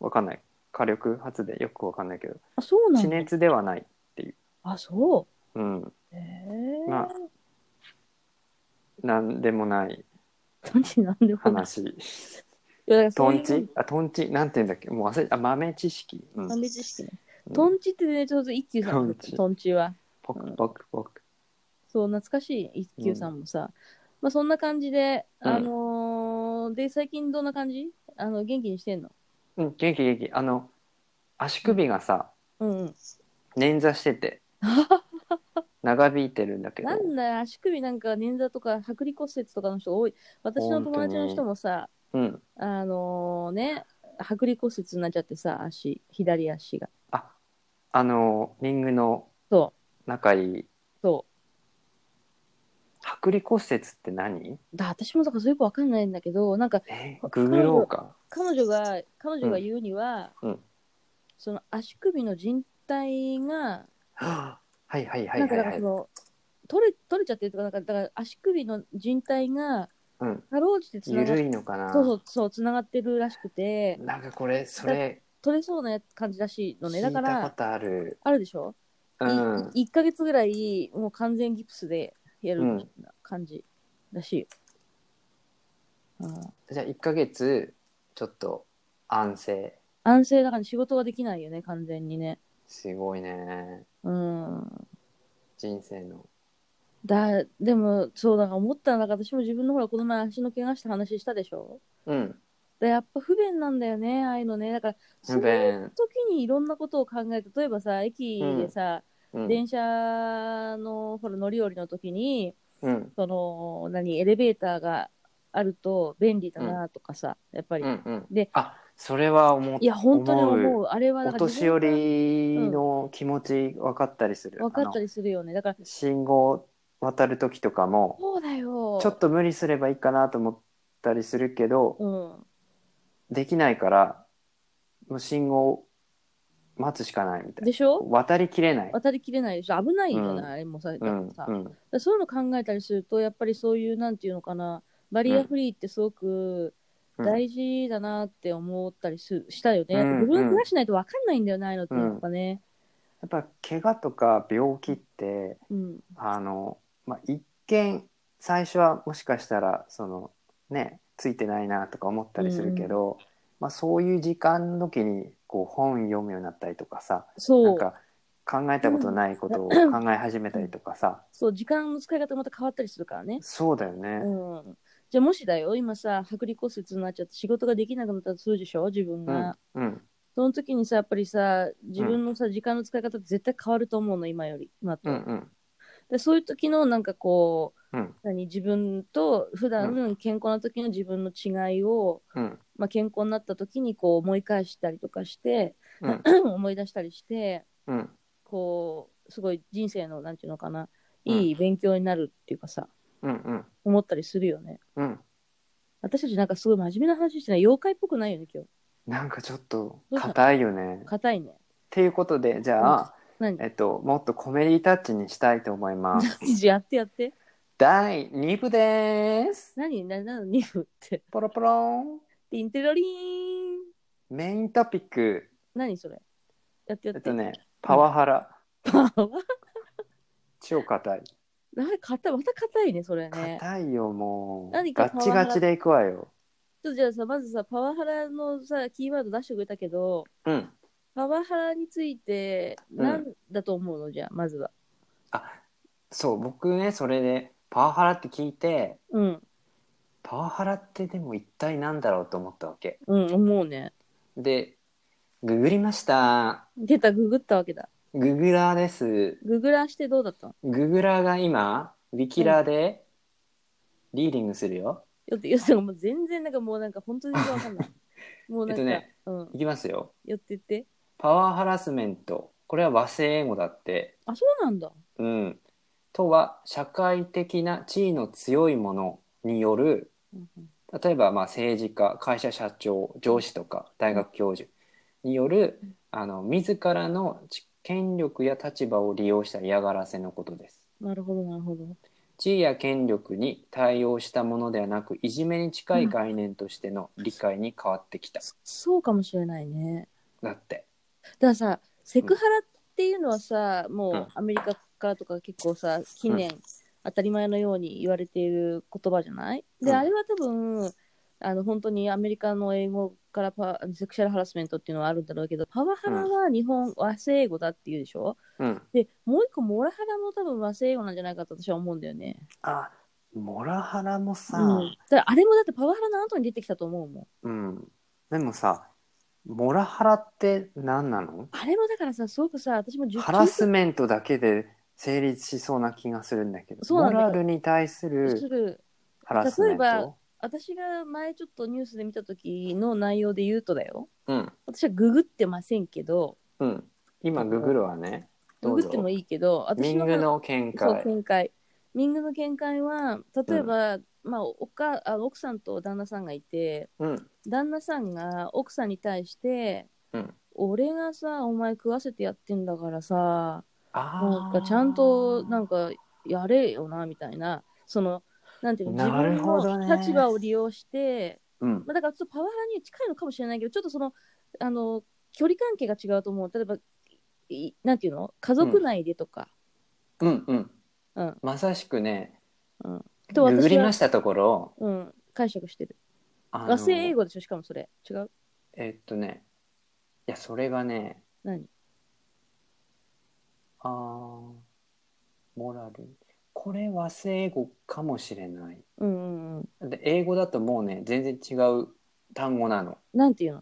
Speaker 2: わかんない火力発電よくわかんないけど
Speaker 1: あ、そうな
Speaker 2: 地
Speaker 1: の
Speaker 2: 熱ではない、
Speaker 1: あ、そう。
Speaker 2: うん、
Speaker 1: え
Speaker 2: まあ
Speaker 1: え。
Speaker 2: なんでもない
Speaker 1: 何なんでもない。
Speaker 2: 話
Speaker 1: いやだから そ
Speaker 2: ト
Speaker 1: うい
Speaker 2: ン
Speaker 1: う
Speaker 2: チあトンチなんて言うんだっけもう忘れあ豆知識、うん
Speaker 1: 豆知識ね。
Speaker 2: うん
Speaker 1: トンチってね、ちょうど一休さん
Speaker 2: トンチ
Speaker 1: トンチは。
Speaker 2: ポクポクポク
Speaker 1: そう、懐かしい一休さんもさ。まあそんな感じで、
Speaker 2: うん
Speaker 1: あのーで、最近どんな感じあの、元気にしてんの
Speaker 2: うん元気元気あの足首がさ
Speaker 1: うんうん。
Speaker 2: 捻挫して て長引いてるんだけど
Speaker 1: なんだよ、足首なんか捻挫とか、剥離骨折とかの人多い。私の友達の人もさ、
Speaker 2: うん
Speaker 1: あのーね、剥離骨折になっちゃってさ、足、左足が。
Speaker 2: ああのリングの
Speaker 1: そ、
Speaker 2: 仲いいう
Speaker 1: そ
Speaker 2: 剥離骨折って何
Speaker 1: う。だ私もだからそういう子わかんないんだけど、なんか
Speaker 2: えググろうか
Speaker 1: 彼女が彼女が言うには、
Speaker 2: うんうん
Speaker 1: その足首の靭帯が
Speaker 2: はあはいはいはい
Speaker 1: なん
Speaker 2: は
Speaker 1: か
Speaker 2: い
Speaker 1: だか
Speaker 2: は
Speaker 1: ら
Speaker 2: い
Speaker 1: その取れ取れちゃってるとかなんかだから足首の靭帯が
Speaker 2: うん
Speaker 1: かろうじてつながっ
Speaker 2: 緩いのかな
Speaker 1: そうそうそうつながってるらしくて
Speaker 2: なんかこれそれ
Speaker 1: 取れそうなやつ感じらしいの
Speaker 2: 聞
Speaker 1: ね
Speaker 2: い
Speaker 1: だ
Speaker 2: た
Speaker 1: か
Speaker 2: こ
Speaker 1: ら
Speaker 2: とある、
Speaker 1: あるでしょ、
Speaker 2: う、
Speaker 1: うん1か月ぐらいもう完全ギプスでやる
Speaker 2: うん
Speaker 1: 感じらしいよ、うん
Speaker 2: じゃあ1ヶ月ちょっと安静
Speaker 1: 安静だから仕事ができないよね完全にね
Speaker 2: すごいね
Speaker 1: うん
Speaker 2: 人生の
Speaker 1: だでもそうだから思ったのなんか私も自分のほらこの前足の怪我した話したでしょ
Speaker 2: うん
Speaker 1: でやっぱ不便なんだよねああいうのねだからそ
Speaker 2: 不
Speaker 1: の
Speaker 2: 便、
Speaker 1: 時にいろんなことを考えて例えばさ駅でさ、
Speaker 2: うん
Speaker 1: 電車のほら乗り降りの時に
Speaker 2: うん
Speaker 1: その何エレベーターがあると便利だなとかさ、やっぱり、
Speaker 2: うんうん、
Speaker 1: で
Speaker 2: あそれは思っ
Speaker 1: いや本当に思うあれは
Speaker 2: お
Speaker 1: だから
Speaker 2: 年寄りの気持ち分かったりする、
Speaker 1: 分かった
Speaker 2: あの
Speaker 1: りするよねだから
Speaker 2: 信号渡る時とかも
Speaker 1: そうだよ
Speaker 2: ちょっと無理すればいいかなと思ったりするけど、
Speaker 1: うん
Speaker 2: できないからもう信号を待つしかないみたい
Speaker 1: でしょ
Speaker 2: な渡りきれない、
Speaker 1: 渡りきれないでしょ危ないよね、
Speaker 2: うん
Speaker 1: あれもさだか
Speaker 2: う
Speaker 1: ら
Speaker 2: ん
Speaker 1: さ、
Speaker 2: うん、
Speaker 1: だからそういうの考えたりすると、やっぱりそういう、なんていうのかな、バリアフリーってすごく大事だなって思ったりす、したよね。
Speaker 2: うん
Speaker 1: 自分がしないと分かんないんだよね、ああいうのって、
Speaker 2: うん
Speaker 1: やっぱね。
Speaker 2: っぱ怪我とか病気って
Speaker 1: うん。
Speaker 2: あの、まあ、一見最初はもしかしたらそのねついてないなとか思ったりするけど、まあ、そういう時間の時にこう本読むようになったりとかさな
Speaker 1: そ
Speaker 2: ん
Speaker 1: う。
Speaker 2: か考えたことないことを考え始めたりとかさ、
Speaker 1: そう、時間の使い方また変わったりするからね。
Speaker 2: そうだよね、
Speaker 1: うん。じゃあもしだよ、今さ、剥離骨折になっちゃって仕事ができなくなったとするでしょ、自分が。
Speaker 2: うんうん
Speaker 1: その時にさ、やっぱりさ、自分のさ、時間の使い方って絶対変わると思うの、今より、今と。
Speaker 2: うんうん
Speaker 1: でそういう時の、なんかこう、
Speaker 2: うん
Speaker 1: 何、自分と、普段健康な時の自分の違いを、
Speaker 2: うん
Speaker 1: まあ、健康になった時にこう思い返したりとかして、
Speaker 2: うん
Speaker 1: 思い出したりして、
Speaker 2: うん
Speaker 1: こう、すごい人生の、なんていうのかな、いい勉強になるっていうかさ、
Speaker 2: うんうん
Speaker 1: 思ったりするよね。
Speaker 2: うん
Speaker 1: 私たちなんかすごい真面目な話してない。妖怪っぽくないよね、今日。
Speaker 2: なんかちょっと硬いよね。っ
Speaker 1: 硬いね。
Speaker 2: ていうことでじゃあ、
Speaker 1: 何
Speaker 2: えっと、もっとコメディタッチにしたいと思います。
Speaker 1: やってやって。
Speaker 2: 第2部です
Speaker 1: 何何なの2分って。
Speaker 2: ポロポロン
Speaker 1: ティンテロリーン。
Speaker 2: メイントピック
Speaker 1: 何それやってや
Speaker 2: え
Speaker 1: っ。
Speaker 2: ってとねパワハラ
Speaker 1: パワー。
Speaker 2: 超硬い
Speaker 1: なんか硬い、また硬いね、それね。
Speaker 2: 硬いよもう
Speaker 1: 何か
Speaker 2: ガ
Speaker 1: パ
Speaker 2: ッ
Speaker 1: ワ
Speaker 2: チ
Speaker 1: ハラ
Speaker 2: ガチでいくわよ
Speaker 1: ちょっとじゃあさ、まずさ、パワハラのさ、キーワード出してくれたけど、
Speaker 2: うん
Speaker 1: パワハラについて、なんだと思うの、じゃあ、まずは。
Speaker 2: そう僕ねそれでパワハラって聞いて
Speaker 1: うん、
Speaker 2: パワハラってでも一体なんだろうと思ったわけ
Speaker 1: うん、思うね。
Speaker 2: でググりました
Speaker 1: 出た、ググったわけだ。
Speaker 2: ググラーです
Speaker 1: ググらしてどうだったの
Speaker 2: ググラーが今ウィキラーでリーディングするよ、
Speaker 1: よって、よって、もう全然、なんかもうなんか、本当に全然わか んない。もうなんか、
Speaker 2: えっとね
Speaker 1: うん、
Speaker 2: いきますよ
Speaker 1: 寄ってって。
Speaker 2: パワーハラスメントこれは和製英語だって、
Speaker 1: あ、そうなんだ。
Speaker 2: うん、とは社会的な地位の強いものによる
Speaker 1: うんうん
Speaker 2: 例えばまあ政治家会社社長上司とか大学教授による
Speaker 1: うん
Speaker 2: あの自らのち権力や立場を利用した嫌がらせのことです。
Speaker 1: なるほど、なるほど。
Speaker 2: 地位や権力に対応したものではなくいじめに近い概念としての理解に変わってきた、
Speaker 1: そそうかもしれないね。
Speaker 2: だって。
Speaker 1: だからさセクハラっていうのはさ、もうアメリカからとか結構さ近年当たり前のように言われている言葉じゃない、で
Speaker 2: うん
Speaker 1: あれは多分あの本当にアメリカの英語からパセクシャルハラスメントっていうのはあるんだろうけどパワハラは日本和製英語だっていうでしょ、
Speaker 2: うん、
Speaker 1: でもう一個モラハラも多分和製英語なんじゃないかと私は思うんだよね、
Speaker 2: あモラハラもさ、
Speaker 1: うん、だからあれもだってパワハラの後に出てきたと思うもん
Speaker 2: うん、でもさモラハラって何なの
Speaker 1: あれもだからさすごくさ私も受
Speaker 2: ハラスメントだけで成立しそうな気がするんだけど
Speaker 1: そうな
Speaker 2: モ
Speaker 1: んだ
Speaker 2: ラルに対す
Speaker 1: す
Speaker 2: る
Speaker 1: る
Speaker 2: ハラスメ
Speaker 1: 例
Speaker 2: ン
Speaker 1: えば
Speaker 2: ト
Speaker 1: 私が前ちょっとニュースで見た時の内容で言うとだよ
Speaker 2: うん
Speaker 1: 私はググってませんけど
Speaker 2: うん今ググるわね
Speaker 1: グ
Speaker 2: ど
Speaker 1: グ
Speaker 2: う
Speaker 1: って
Speaker 2: ぞ
Speaker 1: もいいけど
Speaker 2: ミ
Speaker 1: 私
Speaker 2: ン
Speaker 1: の
Speaker 2: グの見
Speaker 1: そう
Speaker 2: 解
Speaker 1: 見解ミングの見解は例えば、まあ、おかあ奥さんと旦那さんがいて
Speaker 2: うん
Speaker 1: 旦那さんが奥さんに対して
Speaker 2: うん
Speaker 1: 俺がさお前食わせてやってんだからさな
Speaker 2: あ
Speaker 1: ん
Speaker 2: ー
Speaker 1: かちゃんとなんかやれよなみたいなそのなんていうの
Speaker 2: なる
Speaker 1: 自
Speaker 2: ほど
Speaker 1: 分
Speaker 2: ね
Speaker 1: の立場を利用して
Speaker 2: うん
Speaker 1: まあ、だからちょっとパワハラに近いのかもしれないけど、ちょっとその、あの、距離関係が違うと思う。例えば、いなんていうの家族内でとか。
Speaker 2: うんうん
Speaker 1: うん。
Speaker 2: まさしくね
Speaker 1: と
Speaker 2: ググり
Speaker 1: 私は
Speaker 2: ま、したところ
Speaker 1: うん、解釈してる。
Speaker 2: あ
Speaker 1: 和製英
Speaker 2: の
Speaker 1: 語でしょしかもそれ。違う
Speaker 2: えっとねいやそれがね
Speaker 1: 何
Speaker 2: あーモラルこれ和製英語かもしれない
Speaker 1: うんうんうん。
Speaker 2: で英語だともうね全然違う単語なの
Speaker 1: なんていう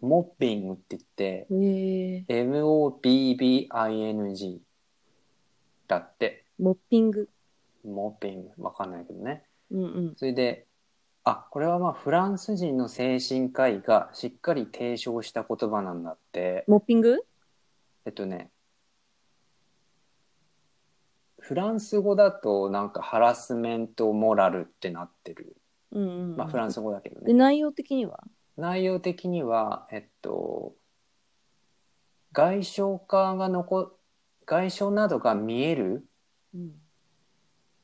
Speaker 2: モッピングって言って
Speaker 1: のへえ
Speaker 2: MOBBING だって
Speaker 1: モッピング。
Speaker 2: モッピングわかんないけどね
Speaker 1: うんうん。
Speaker 2: それであこれはまあフランス人の精神科医がしっかり提唱した言葉なんだって
Speaker 1: モッピング
Speaker 2: えっとねフランス語だとなんかハラスメントモラルってなってる
Speaker 1: うんうんうん。
Speaker 2: まあフランス語だけどね
Speaker 1: で、内容的には
Speaker 2: 内容的には、えっと、外傷化が残外傷などが見える
Speaker 1: うん。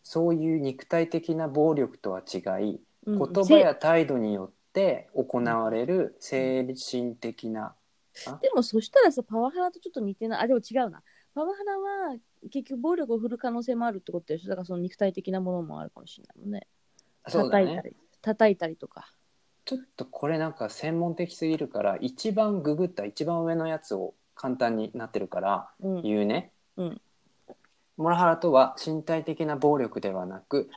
Speaker 2: そういう肉体的な暴力とは違い
Speaker 1: うん
Speaker 2: 言葉や態度によって行われる精神的なあ
Speaker 1: でもそしたらさ、パワハラとちょっと似てない。あ、でも違うな。パワハラは結局暴力を振る可能性もあるってことでしょ。だからその肉体的なものもあるかもしれないもんね。
Speaker 2: そうだ
Speaker 1: 叩い
Speaker 2: ね
Speaker 1: た。り、叩いたりとか。
Speaker 2: ちょっとこれなんか専門的すぎるから一番ググった一番上のやつを簡単になってるから
Speaker 1: うん。
Speaker 2: 言うね、
Speaker 1: うん
Speaker 2: モラハラとは身体的な暴力ではなく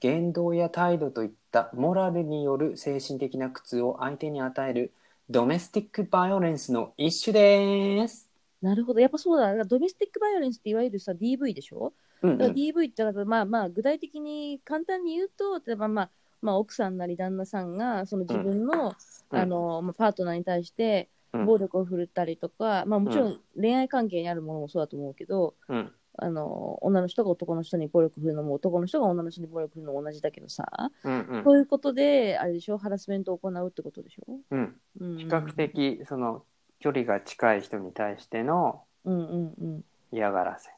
Speaker 2: 言動や態度といったモラルによる精神的な苦痛を相手に与えるドメスティックバイオレンスの一種です、
Speaker 1: なるほど。やっぱそうだ。だからドメスティックバイオレンスっていわゆるさ、DV でしょ
Speaker 2: うんう
Speaker 1: だから
Speaker 2: ん
Speaker 1: DV ってだからまあまあ具体的に簡単に言うと例えばまあまあ奥さんなり旦那さんがその自分の,、
Speaker 2: うん
Speaker 1: あのまあパートナーに対して
Speaker 2: うん
Speaker 1: 暴力を振るったりとか、まあもちろ
Speaker 2: うん
Speaker 1: 恋愛関係にあるものもそうだと思うけど、
Speaker 2: うん
Speaker 1: あの女の人が男の人に暴力振るのも男の人が女の人に暴力振るのも同じだけどさ、
Speaker 2: うんう
Speaker 1: そ
Speaker 2: ん
Speaker 1: ういうことであれでしょハラスメントを行うってことでしょ、
Speaker 2: うん
Speaker 1: うん、
Speaker 2: 比較的その距離が近い人に対しての
Speaker 1: うんうんうん
Speaker 2: 嫌がらせ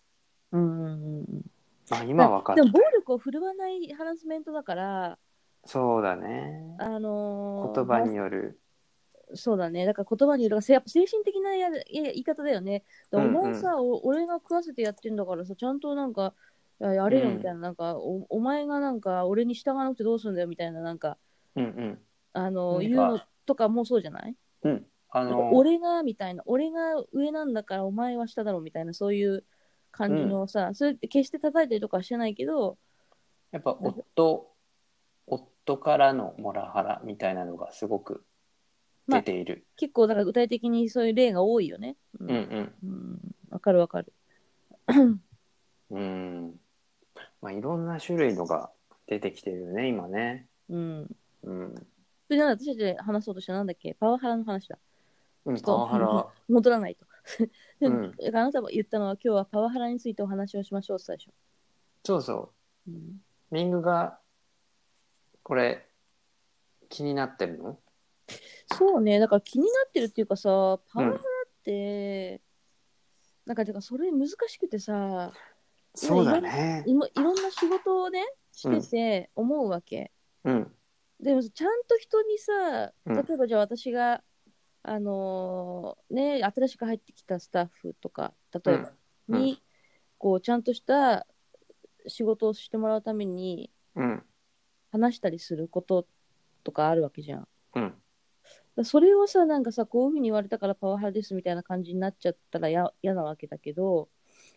Speaker 1: うんうんうん
Speaker 2: まあ今わかっ
Speaker 1: で
Speaker 2: た
Speaker 1: も暴力を振るわないハラスメントだから
Speaker 2: そうだね
Speaker 1: あのー
Speaker 2: 言葉による
Speaker 1: そうだね。だから言葉によるが、せやっぱ精神的なやるや言い方だよね。だから
Speaker 2: うんう
Speaker 1: お
Speaker 2: ん
Speaker 1: 前さ、お俺が食わせてやってんだからさ、ちゃんとなんか、いややれよ
Speaker 2: うん
Speaker 1: みたいな、なんかお、お前がなんか、俺に従わなくてどうするんだよみたいな、なんか、
Speaker 2: うんうん
Speaker 1: あの、
Speaker 2: なんか
Speaker 1: 言うのとかもそうじゃない
Speaker 2: うん、あ
Speaker 1: なんか
Speaker 2: の
Speaker 1: 俺がみたいな、俺が上なんだからお前は下だろうみたいな、そういう感じのさ、それって決して叩いたりとかはしてないけど、
Speaker 2: やっぱ夫夫からのモラハラみたいなのがすごく出ている、
Speaker 1: 結構、だから具体的にそういう例が多いよね。う
Speaker 2: うん。うん
Speaker 1: うん。わかるわかる。
Speaker 2: うんまあいろんな種類のが出てきてるよね今ね
Speaker 1: うん。
Speaker 2: うん、
Speaker 1: それで私たちで話そうとしたなんだっけパワハラの話だ。
Speaker 2: うん、
Speaker 1: と
Speaker 2: パワハラ
Speaker 1: 戻らないと。 でも、
Speaker 2: うん
Speaker 1: だからあなたも言ったのは今日はパワハラについてお話をしましょう最初。
Speaker 2: そうそ
Speaker 1: うん、
Speaker 2: うミングがこれ気になってるの
Speaker 1: そうね、だから気になってるっていうかさ、パワハラって、なんかてかそれ難しくてさ、
Speaker 2: そうだね
Speaker 1: いもいろんな仕事をね、してて思うわけ。
Speaker 2: うん
Speaker 1: でもちゃんと人にさ、
Speaker 2: うん
Speaker 1: 例えばじゃあ私が、あのーね、新しく入ってきたスタッフとか、例えば、
Speaker 2: うんうん
Speaker 1: に、こう、ちゃんとした仕事をしてもらうために、
Speaker 2: うん
Speaker 1: 話したりすることとかあるわけじゃん。だか
Speaker 2: うん
Speaker 1: らそれをさ、なんかさ、こういうふうに言われたからパワハラですみたいな感じになっちゃったらや嫌なわけだけど、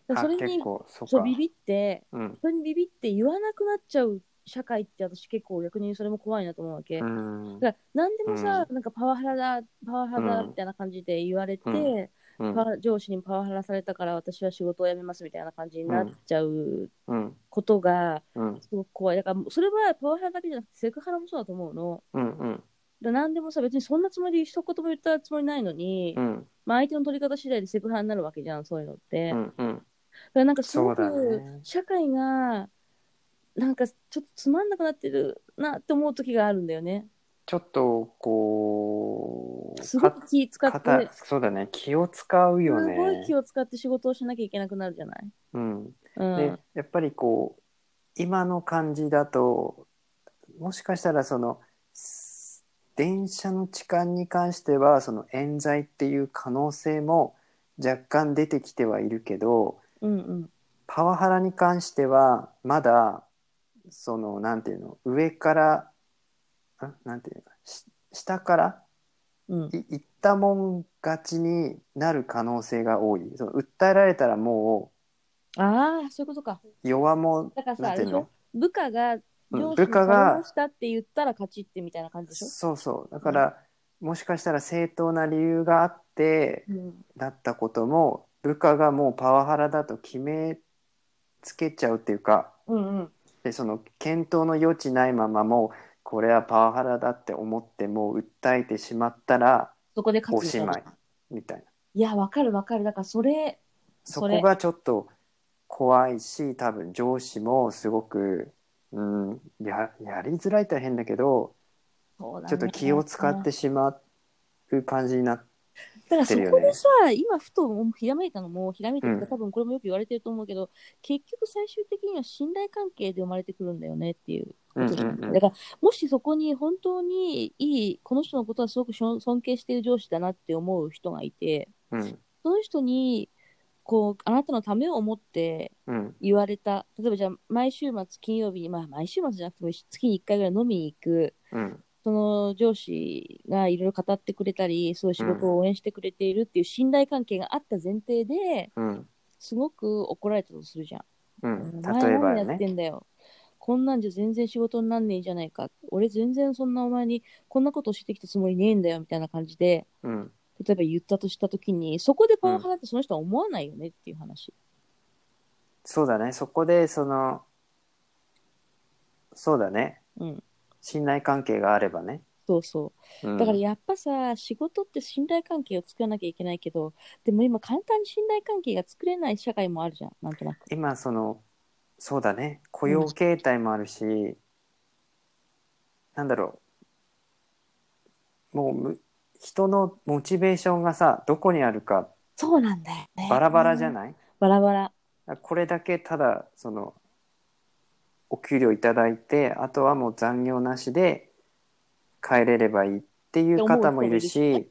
Speaker 1: だか
Speaker 2: あ
Speaker 1: らそれ
Speaker 2: 結
Speaker 1: に
Speaker 2: 構そう
Speaker 1: そ
Speaker 2: か
Speaker 1: うビビって、
Speaker 2: うん
Speaker 1: それにビビって言わなくなっちゃう社会って私結構逆にそれも怖いなと思うわけ。
Speaker 2: うん
Speaker 1: だから何でもさ、なんかパワハラだ、パワハラだみたいな感じで言われて、
Speaker 2: うんうん
Speaker 1: パワ上司にパワハラされたから私は仕事を辞めますみたいな感じになっちゃう
Speaker 2: うん
Speaker 1: ことが
Speaker 2: うん
Speaker 1: すごく怖い。だからそれはパワハラだけじゃなくてセクハラもそうだと思うの。
Speaker 2: うんうん
Speaker 1: だ何でもさ別にそんなつもりで一言も言ったつもりないのに、
Speaker 2: うん
Speaker 1: まあ、相手の取り方次第でセクハラになるわけじゃんそういうのって、だ
Speaker 2: う
Speaker 1: か
Speaker 2: んうん
Speaker 1: らなんかすご
Speaker 2: そうだ
Speaker 1: く
Speaker 2: ね
Speaker 1: 社会がなんかちょっとつまんなくなってるなって思う時があるんだよね
Speaker 2: ちょっとこう
Speaker 1: すごく気使
Speaker 2: か
Speaker 1: って
Speaker 2: 肩そうだね気を使う
Speaker 1: す
Speaker 2: よね
Speaker 1: ごい気を使って仕事をしなきゃいけなくなるじゃない、
Speaker 2: うん、
Speaker 1: う
Speaker 2: で
Speaker 1: ん、
Speaker 2: やっぱりこう今の感じだともしかしたらそのす電車の痴漢に関してはその冤罪っていう可能性も若干出てきてはいるけど
Speaker 1: うんうん
Speaker 2: パワハラに関してはまだそのなんていうの上からんなんていうのかし下から
Speaker 1: うん
Speaker 2: い言ったもん勝ちになる可能性が多いその訴えられたらも
Speaker 1: ああそういうことか
Speaker 2: う弱も
Speaker 1: だからさ
Speaker 2: なんていうの
Speaker 1: あれでしょ部下が
Speaker 2: うん
Speaker 1: 上司
Speaker 2: 部
Speaker 1: に
Speaker 2: 下が
Speaker 1: 頼ましたって言ったら勝ちってみたいな感じでしょ、
Speaker 2: そうそうだから、もしかしたら正当な理由があって
Speaker 1: うん
Speaker 2: だったことも部下がもうパワハラだと決めつけちゃうっていうか
Speaker 1: うんうん、
Speaker 2: でその検討の余地ないままもうこれはパワハラだって思ってもう訴えてしまったら
Speaker 1: そこで勝
Speaker 2: お
Speaker 1: つみた
Speaker 2: し
Speaker 1: いな
Speaker 2: まいみたいない
Speaker 1: やわかるわかるだからそれ
Speaker 2: そ
Speaker 1: それ
Speaker 2: こがちょっと怖いし多分上司もすごく、うん、ややりづらいって変だけど
Speaker 1: そうだね
Speaker 2: ちょっと気を使ってしまう感じになっ
Speaker 1: だからそ
Speaker 2: てるよね
Speaker 1: こでさ、今ふともうひらめいたのも、ひらめいたとか、
Speaker 2: うん
Speaker 1: 多分これもよく言われてると思うけど、結局最終的には信頼関係で生まれてくるんだよねっていう
Speaker 2: うん
Speaker 1: ことじゃん
Speaker 2: うんうん
Speaker 1: だから、もしそこに本当にいい、この人のことはすごくしょん尊敬している上司だなって思う人がいて、
Speaker 2: うん
Speaker 1: その人に、こう、あなたのためを思って
Speaker 2: うん
Speaker 1: 言われた、例えばじゃあ、毎週末金曜日に、まあ、毎週末じゃなくても月に1回ぐらい飲みに行く、
Speaker 2: うん
Speaker 1: その上司がいろいろ語ってくれたり、そういう仕事を応援してくれているっていう信頼関係があった前提で、
Speaker 2: うん
Speaker 1: すごく怒られたとするじゃん。
Speaker 2: うん
Speaker 1: お前
Speaker 2: 例えば
Speaker 1: 何やって
Speaker 2: ね
Speaker 1: んだよ。こんなんじゃ全然仕事になんねえじゃないか。俺全然そんなお前にこんなことしてきたつもりねえんだよみたいな感じで、
Speaker 2: うん
Speaker 1: 例えば言ったとしたときに、そこでパワハラってその人は思わないよねっていう話。
Speaker 2: そうだねそこでそのそうだね
Speaker 1: うん。
Speaker 2: 信頼関係があればね、
Speaker 1: そうそう。
Speaker 2: うん、
Speaker 1: だからやっぱさ、仕事って信頼関係を作らなきゃいけないけど、でも今簡単に信頼関係が作れない社会もあるじゃん、なんとなく。
Speaker 2: 今そのそうだね雇用形態もあるし、なんだろうもうむ人のモチベーションがさどこにあるか
Speaker 1: そうなんだよね。
Speaker 2: バラバラじゃない、
Speaker 1: バラバラ。
Speaker 2: これだけただそのお給料いただいてあとはもう残業なしで帰れればいいっていう方もい
Speaker 1: 思
Speaker 2: る
Speaker 1: う人もい
Speaker 2: し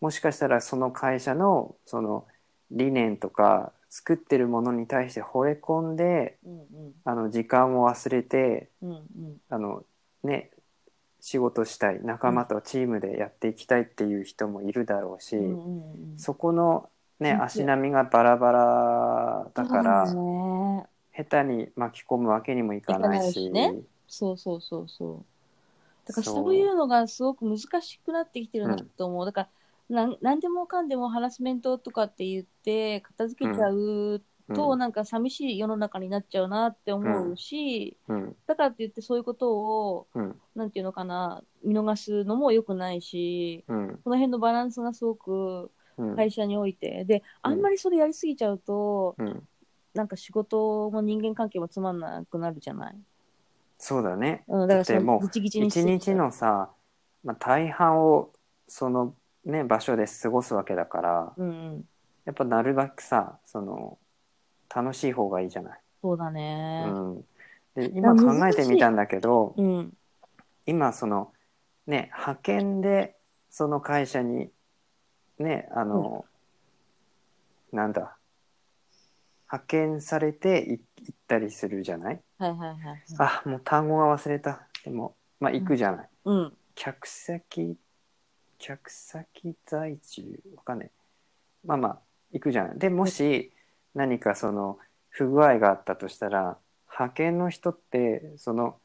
Speaker 2: もしかしたらその会社のその理念とか作ってるものに対して惚れ込んで
Speaker 1: うんうん
Speaker 2: あの時間を忘れて
Speaker 1: うんうん。
Speaker 2: あのね仕事したい仲間とチームでやっていきたいっていう人もいるだろうし、
Speaker 1: うんうんうん
Speaker 2: そこの、ね、
Speaker 1: うん
Speaker 2: 足並みがバラバラだから。
Speaker 1: そうなんだね
Speaker 2: 下手に巻き込むわけにもいかないし
Speaker 1: いかないしねそうそうそうそう。だからそういうのがすごく難しくなってきてるなと思う。だからなん何でもかんでもハラスメントとかって言って片付けちゃうと、
Speaker 2: うん
Speaker 1: なんか寂しい世の中になっちゃうなって思うし、
Speaker 2: うん
Speaker 1: だからって言ってそういうことを
Speaker 2: うん
Speaker 1: なんていうのかな見逃すのも良くないし
Speaker 2: うん
Speaker 1: この辺のバランスがすごく
Speaker 2: うん
Speaker 1: 会社においてで
Speaker 2: うん
Speaker 1: あんまりそれやりすぎちゃうと、
Speaker 2: うん
Speaker 1: なんか仕事も人間関係もつまんなくなるじゃない、
Speaker 2: そうだね、
Speaker 1: うん、だか
Speaker 2: だ
Speaker 1: ら
Speaker 2: っ
Speaker 1: そ
Speaker 2: ても
Speaker 1: の
Speaker 2: う
Speaker 1: ぐちぎちに
Speaker 2: 一日のさ、まあ、大半をそのね場所で過ごすわけだから
Speaker 1: うんうん
Speaker 2: やっぱなるべくさその楽しい方がいいじゃない。
Speaker 1: そうだ
Speaker 2: う
Speaker 1: ね
Speaker 2: ん、で今考えてみたんだけど
Speaker 1: うん、
Speaker 2: 今そのね派遣でその会社にねあの、なんだ派遣されてい行ったりするじゃない、
Speaker 1: はいはいはいはい
Speaker 2: あもう単語が忘れたでもまあ行くじゃない、
Speaker 1: うん
Speaker 2: 客先客先在住わかんないまあまあ行くじゃないでもし何かその不具合があったとしたら派遣の人ってその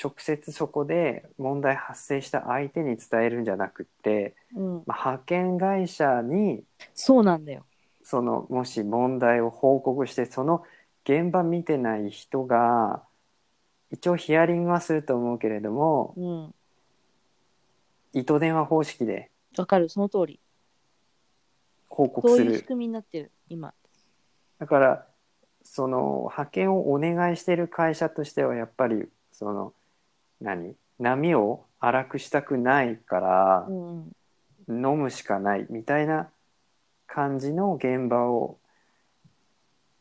Speaker 2: 直接そこで問題発生した相手に伝えるんじゃなくって、
Speaker 1: うん、
Speaker 2: まあ、派遣会社に
Speaker 1: そうなんだよ
Speaker 2: そのもし問題を報告してその現場見てない人が一応ヒアリングはすると思うけれども
Speaker 1: うん
Speaker 2: 糸電話方式で
Speaker 1: わかるその通り
Speaker 2: 報告
Speaker 1: そう
Speaker 2: す
Speaker 1: いう仕
Speaker 2: る
Speaker 1: 組みになってる今
Speaker 2: だからその派遣をお願いしてる会社としてはやっぱりその何波を荒くしたくないから
Speaker 1: うんうん
Speaker 2: 飲むしかないみたいな感じの現場を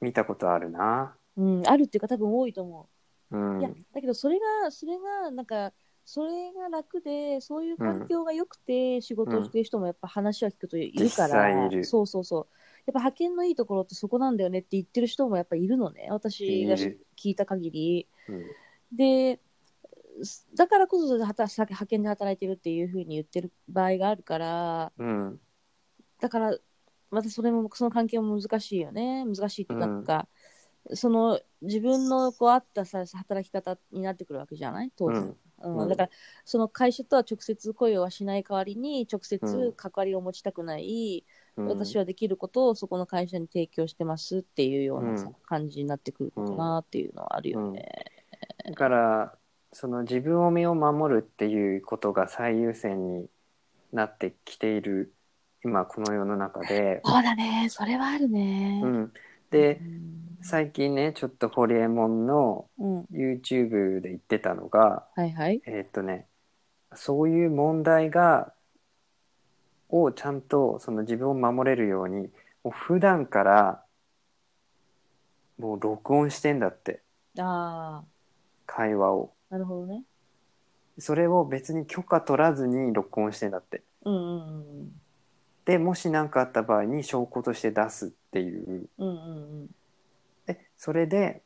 Speaker 2: 見たことあるな。
Speaker 1: うん、あるっていうか多分多いと思う
Speaker 2: うん、
Speaker 1: いやだけどそれがそれがなんかそれが楽でそういう環境が良くて仕事をしてる人もやっぱ話は聞くといるから、
Speaker 2: 実際いる
Speaker 1: そうそうそうやっぱ派遣のいいところってそこなんだよねって言ってる人もやっぱいるのね私が
Speaker 2: いる
Speaker 1: 聞いた限り
Speaker 2: うん
Speaker 1: でだからこそ働派遣で働いてるっていうふうに言ってる場合があるから
Speaker 2: うん
Speaker 1: だからまたそれもその関係も難しいよね難しいっていうかなんか、その自分のこうあったさ働き方になってくるわけじゃない当然、
Speaker 2: うん
Speaker 1: うん
Speaker 2: うん
Speaker 1: だからその会社とは直接恋をはしない代わりに直
Speaker 2: うん
Speaker 1: 接関わりを持ちたくない、
Speaker 2: うん
Speaker 1: 私はできることをそこの会社に提供してますっていうようなさ、
Speaker 2: うん
Speaker 1: 感じになってくるのかなっていうのはあるよね。
Speaker 2: だからその自分を身を守るっていうことが最優先になってきている今この世の中で、
Speaker 1: そうだねそれはあるね
Speaker 2: う。ん、
Speaker 1: う
Speaker 2: で
Speaker 1: ん
Speaker 2: 最近ねちょっとホリエモンの
Speaker 1: うん、
Speaker 2: YouTube で言ってたのが
Speaker 1: はいはい。
Speaker 2: えーっとねそういう問題がをちゃんとその自分を守れるようにもう普段からもう録音してんだって
Speaker 1: ああ、
Speaker 2: 会話を
Speaker 1: なるほどね。
Speaker 2: それを別に許可取らずに録音してんだって
Speaker 1: うんうんうん
Speaker 2: でもし何かあった場合に証拠として出すっていう
Speaker 1: うん。うんうんうん。
Speaker 2: でそれで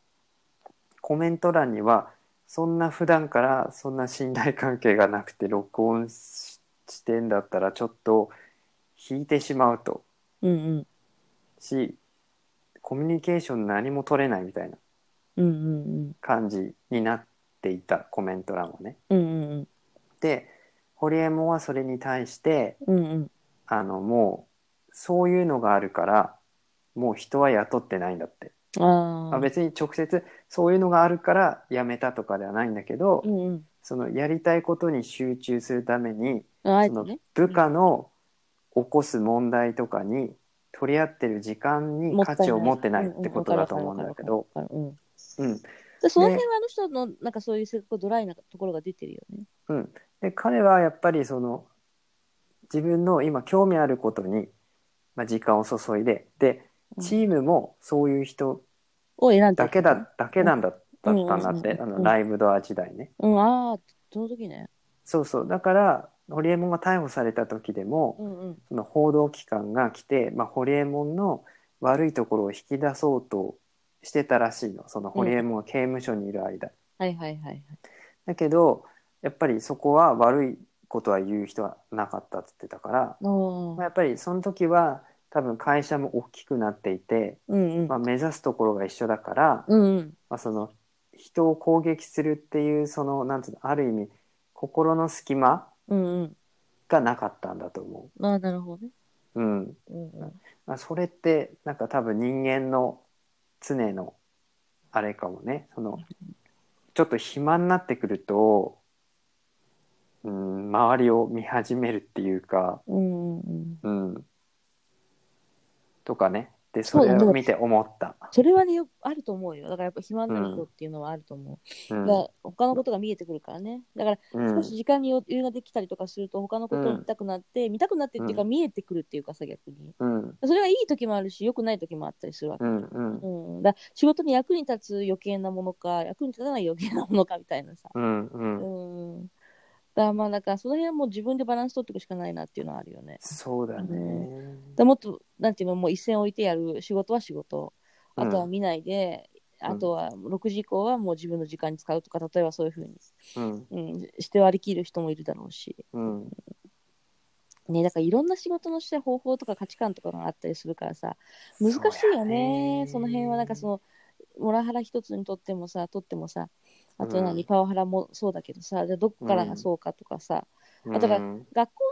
Speaker 2: コメント欄にはそんな普段からそんな信頼関係がなくて録音ししてんだったらちょっと引いてしまうと
Speaker 1: うんうん。
Speaker 2: しコミュニケーション何も取れないみたいな
Speaker 1: うんうん
Speaker 2: 感じになっていたコメント欄はね。
Speaker 1: うん。うんうん
Speaker 2: でホリエモンはそれに対して
Speaker 1: うん。うんうん。
Speaker 2: あのもうそういうのがあるからもう人は雇ってないんだって。
Speaker 1: ああ。
Speaker 2: まあ、別に直接そういうのがあるから辞めたとかではないんだけど、
Speaker 1: うんうん。
Speaker 2: そのやりたいことに集中するために
Speaker 1: ああえ
Speaker 2: そ
Speaker 1: て
Speaker 2: の
Speaker 1: ね。
Speaker 2: 部下の起こす問題とかに取り合ってる時間に価値を持ってないってことだと思うんだけど、
Speaker 1: わかるわかるわかるわかる
Speaker 2: うん
Speaker 1: うん、でその辺はあの人のなんかそういうすごいドライなところが出てるよね。
Speaker 2: うん、で彼はやっぱりその自分の今興味あることに、まあ、時間を注いでで
Speaker 1: うん
Speaker 2: チームもそういう人
Speaker 1: を選んで
Speaker 2: だ
Speaker 1: る
Speaker 2: けだ,、。だけなんだだったんだっ
Speaker 1: う
Speaker 2: て
Speaker 1: ん
Speaker 2: あ
Speaker 1: うん
Speaker 2: のライブドア時代ね。
Speaker 1: うん、ああ、その時ね。
Speaker 2: そうそうだからホリエモンが逮捕された時でも、
Speaker 1: うんうん。
Speaker 2: その報道機関が来て、まあ、ホリエモンの悪いところを引き出そうとしてたらしいのそのホリエモンが刑務所にいる間、
Speaker 1: はいはいはいはい。
Speaker 2: だけどやっぱりそこは悪いことは言う人はなかったって言ってたから、
Speaker 1: お
Speaker 2: まあ、
Speaker 1: ー
Speaker 2: やっぱりその時は多分会社も大きくなっていて、
Speaker 1: うんうん
Speaker 2: まあ、目指すところが一緒だから、
Speaker 1: うんうん。
Speaker 2: まあ、その人を攻撃するっていうそのなんつうのある意味心の隙間
Speaker 1: うんうん。
Speaker 2: がなかったんだと思
Speaker 1: まあ、なるほどね。
Speaker 2: う。うん、
Speaker 1: うんうん。
Speaker 2: まあ、それってなんか多分人間の常のあれかもねそのちょっと暇になってくると、うん、周りを見始めるっていうか、
Speaker 1: うんうんうん。
Speaker 2: うん、とかねで
Speaker 1: そ
Speaker 2: そうれ
Speaker 1: だね
Speaker 2: を見て思った。
Speaker 1: それはね、よくあると思うよ。だからやっぱ暇になる人っていうのはあると思
Speaker 2: う
Speaker 1: う。
Speaker 2: ん
Speaker 1: だから他のことが見えてくるからね。だから
Speaker 2: うん
Speaker 1: 少し時間に余裕ができたりとかすると、他のことを見たくなって、見たくなってっていうか、
Speaker 2: う
Speaker 1: 見えてくるっていうかさ、逆に。
Speaker 2: うん
Speaker 1: それがいい時もあるし、良くない時もあったりするわけ。
Speaker 2: うんうん
Speaker 1: うん、だから仕事に役に立つ余計なものか、役に立たない余計なものかみたいなさ。
Speaker 2: うん
Speaker 1: う
Speaker 2: うん
Speaker 1: ん。だからまあ、なんかその辺はもう自分でバランス取っていくしかないなっていうのはあるよね。
Speaker 2: そうだね。
Speaker 1: だからもっと、なんていうの、もう一線置いてやる仕事は仕事。あとは
Speaker 2: うん
Speaker 1: 見ないで、
Speaker 2: うん
Speaker 1: あとは6時以降はもう自分の時間に使うとか、例えばそういうふうに、
Speaker 2: うん
Speaker 1: うん、して割り切る人もいるだろうし。
Speaker 2: うん
Speaker 1: ね、だからいろんな仕事のして方法とか価値観とかがあったりするからさ難しいよねその辺はなんかそのモラハラ一つにとってもさとってもさあと何、
Speaker 2: うん
Speaker 1: パワハラもそうだけどさじゃあどこからがそうかとかさ、
Speaker 2: の
Speaker 1: あとが
Speaker 2: うん
Speaker 1: 学校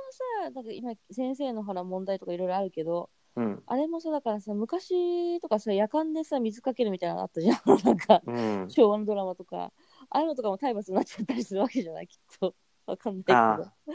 Speaker 1: のさなんか今先生のほら問題とかいろいろあるけど
Speaker 2: うん
Speaker 1: あれもさだからさ昔とかさ夜間でさ水かけるみたいなのあったじゃん なんか
Speaker 2: うん
Speaker 1: 昭和のドラマとかああいうのとかも体罰になっちゃったりするわけじゃないきっとわかんないけ
Speaker 2: あ
Speaker 1: ど。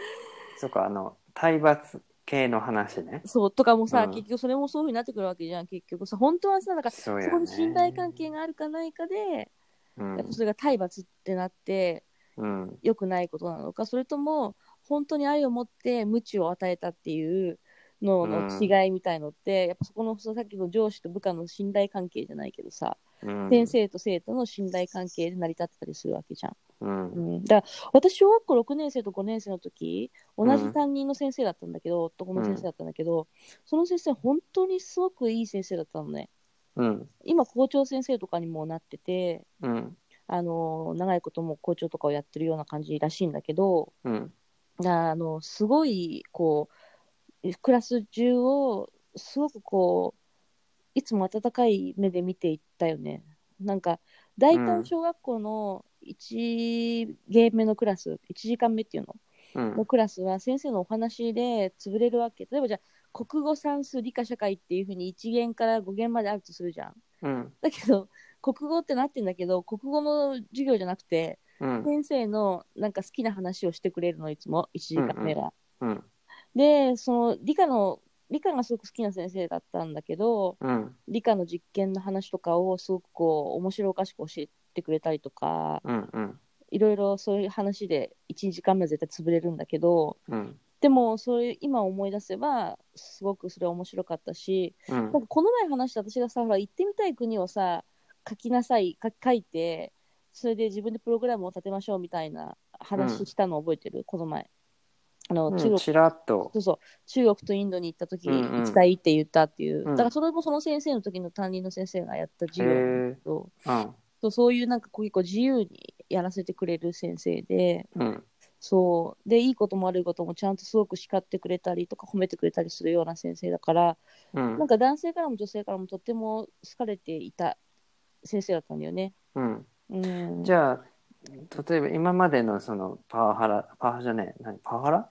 Speaker 2: そうかあの体罰系の話ね。
Speaker 1: そうとかもさ、
Speaker 2: うん
Speaker 1: 結局それもそういうふうになってくるわけじゃん結局さ本当はさなんかそ
Speaker 2: そうやね
Speaker 1: こに信頼関係があるかないかで、
Speaker 2: うん
Speaker 1: やっぱそれが体罰ってなって
Speaker 2: うん
Speaker 1: 良くないことなのかそれとも本当に愛を持って無知を与えたっていうのの違いみたいのって、やっぱそこのささっきの上司と部下の信頼関係じゃないけどさ、
Speaker 2: うん
Speaker 1: 先生と生徒の信頼関係で成り立ってたりするわけじゃん。
Speaker 2: う
Speaker 1: う
Speaker 2: んうん
Speaker 1: ん、だから私小学校6年生と5年生の時同じ担任の先生だったんだけど、男の先生だったんだけど、その先生本当にすごくいい先生だったのね
Speaker 2: うん
Speaker 1: 今校長先生とかにもなってて
Speaker 2: うん
Speaker 1: あの長いこともう校長とかをやってるような感じらしいんだけど
Speaker 2: うん
Speaker 1: あのすごいこうクラス中をすごくこういつも温かい目で見ていったよねなんか大
Speaker 2: う
Speaker 1: 体
Speaker 2: ん
Speaker 1: 小学校の1ゲーム目のクラス、1時間目っていうの
Speaker 2: うん
Speaker 1: のクラスは先生のお話で潰れるわけ例えばじゃあ国語算数理科社会っていうふうに1限から5限まであるとするじゃん
Speaker 2: うん
Speaker 1: だけど国語ってなってんだけど国語の授業じゃなくて
Speaker 2: うん
Speaker 1: 先生のなんか好きな話をしてくれるのいつも1時間目は、
Speaker 2: うん
Speaker 1: でその理科の理科がすごく好きな先生だったんだけど
Speaker 2: うん
Speaker 1: 理科の実験の話とかをすごくこう面白おかしく教えてくれたりとか
Speaker 2: うんうん
Speaker 1: いろいろそういう話で1時間目は絶対潰れるんだけど
Speaker 2: うん
Speaker 1: でもそれ今思い出せばすごくそれ面白かったし、
Speaker 2: うん
Speaker 1: なんかこの前話した私がさほら行ってみたい国をさ書きなさい書書いてそれで自分でプログラムを立てましょうみたいな話したの覚えてる、この前あの、中
Speaker 2: うん、
Speaker 1: 国
Speaker 2: ちらっと
Speaker 1: そうそう中国とインドに行った時に
Speaker 2: うんうん
Speaker 1: 行きたいって言ったっていう、
Speaker 2: う
Speaker 1: だ
Speaker 2: ん
Speaker 1: からそれもその先生の時の担任の先生がやった授業なんだけど
Speaker 2: うん
Speaker 1: そうそういうなんかこう結構自由にやらせてくれる先生で
Speaker 2: うん
Speaker 1: そうでいいことも悪いこともちゃんとすごく叱ってくれたりとか褒めてくれたりするような先生だから
Speaker 2: うん
Speaker 1: なんか男性からも女性からもとっても好かれていた先生だったんだよね。
Speaker 2: うん
Speaker 1: うん、
Speaker 2: じ
Speaker 1: ゃ
Speaker 2: ゃあ例えば今までのそのパワハラパワハラじゃねえ何パワハラ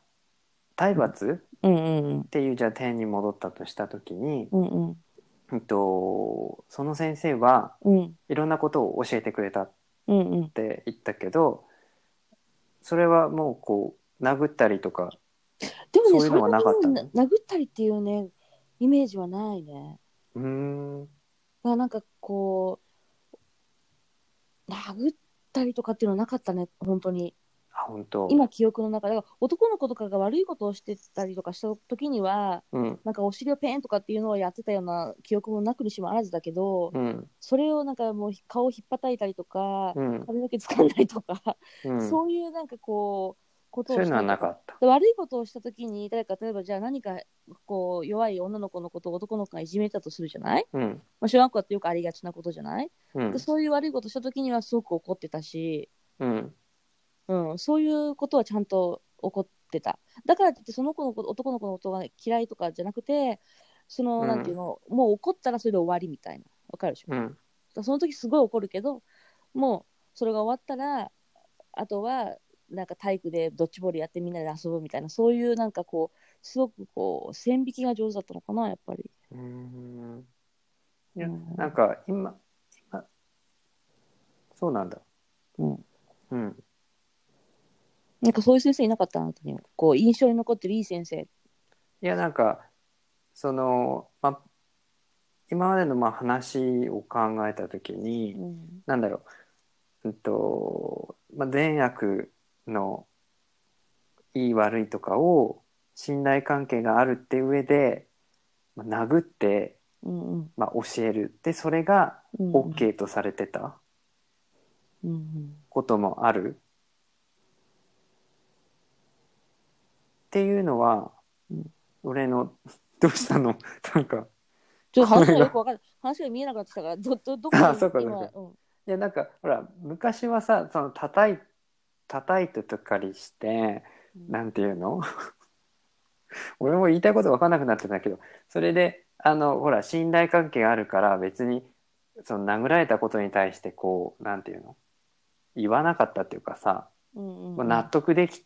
Speaker 2: 体罰
Speaker 1: うんうん
Speaker 2: っていうじゃあ点に戻ったとした時に、
Speaker 1: うんうん
Speaker 2: うんと、その先生は
Speaker 1: うん
Speaker 2: いろんなことを教えてくれたっ
Speaker 1: うんうん
Speaker 2: て言ったけどそれはもうこう殴ったりとか
Speaker 1: でもね
Speaker 2: そうい
Speaker 1: そう
Speaker 2: のはなかったの
Speaker 1: れなりに殴ったりっていうねイメージはないね。
Speaker 2: うーん
Speaker 1: だからなんかこう殴ったりとかっていうのはなかったね本当に
Speaker 2: あ本当
Speaker 1: 今記憶の中で男の子とかが悪いことをしてたりとかした時には
Speaker 2: うん
Speaker 1: なんかお尻をペンとかっていうのをやってたような記憶もなくにしもあらずだけど、
Speaker 2: うん
Speaker 1: それをなんかもう顔をひっぱたいたりとか、
Speaker 2: うん
Speaker 1: 髪の毛掴んだりとか、
Speaker 2: うん
Speaker 1: そういうなんかこうことを
Speaker 2: そういう
Speaker 1: し
Speaker 2: のは
Speaker 1: たり
Speaker 2: な
Speaker 1: とか
Speaker 2: かった
Speaker 1: で悪いことをした時に誰か例えばじゃあ何かこう弱い女の子のことを男の子がいじめたとするじゃない、
Speaker 2: うん
Speaker 1: まあ、小学校だってよくありがちなことじゃない
Speaker 2: うん
Speaker 1: でそういう悪いことした時にはすごく怒ってたし、
Speaker 2: うん
Speaker 1: うん、そういうことはちゃんと怒ってただからといってその子のこと男の子のことが嫌いとかじゃなくてその、
Speaker 2: うん
Speaker 1: なんていうのもう怒ったらそれで終わりみたいなわかるでしょだか
Speaker 2: うん
Speaker 1: らその時すごい怒るけどもうそれが終わったらあとはなんか体育でドッジボールやってみんなで遊ぶみたいなそういうなんかこうすごくこう線引きが上手だったのかなやっぱり。
Speaker 2: うーんいや
Speaker 1: うん
Speaker 2: なんか今今そうなんだ
Speaker 1: うん
Speaker 2: うん
Speaker 1: なんかそういう先生いなかったあなたにはこう印象に残ってるいい先生。
Speaker 2: いやなんかそのま今までのまあ話を考えた時に、
Speaker 1: うん
Speaker 2: なんだろう、うんとまあ、善悪のいい悪いとかを信頼関係があるって上で、まあ、殴って、
Speaker 1: うんうん
Speaker 2: まあ、教えるでそれが
Speaker 1: うん
Speaker 2: OK とされてた
Speaker 1: うんうん
Speaker 2: こともある、っていうのは、
Speaker 1: うん
Speaker 2: 俺のどうしたの なんか
Speaker 1: ちょっと話がよくわかんない。話が見えなくなってきたから、ど、ど、どこ
Speaker 2: あそうか
Speaker 1: 今
Speaker 2: そうか
Speaker 1: うん
Speaker 2: いやなんかほら昔はさその叩い叩いてとかりしてなんていうの 俺も言いたいこと分かんなくなってたけどそれであのほら信頼関係があるから別にその殴られたことに対してこうなんていうの言わなかったっていうかさ、
Speaker 1: うんうん
Speaker 2: まあ納得でき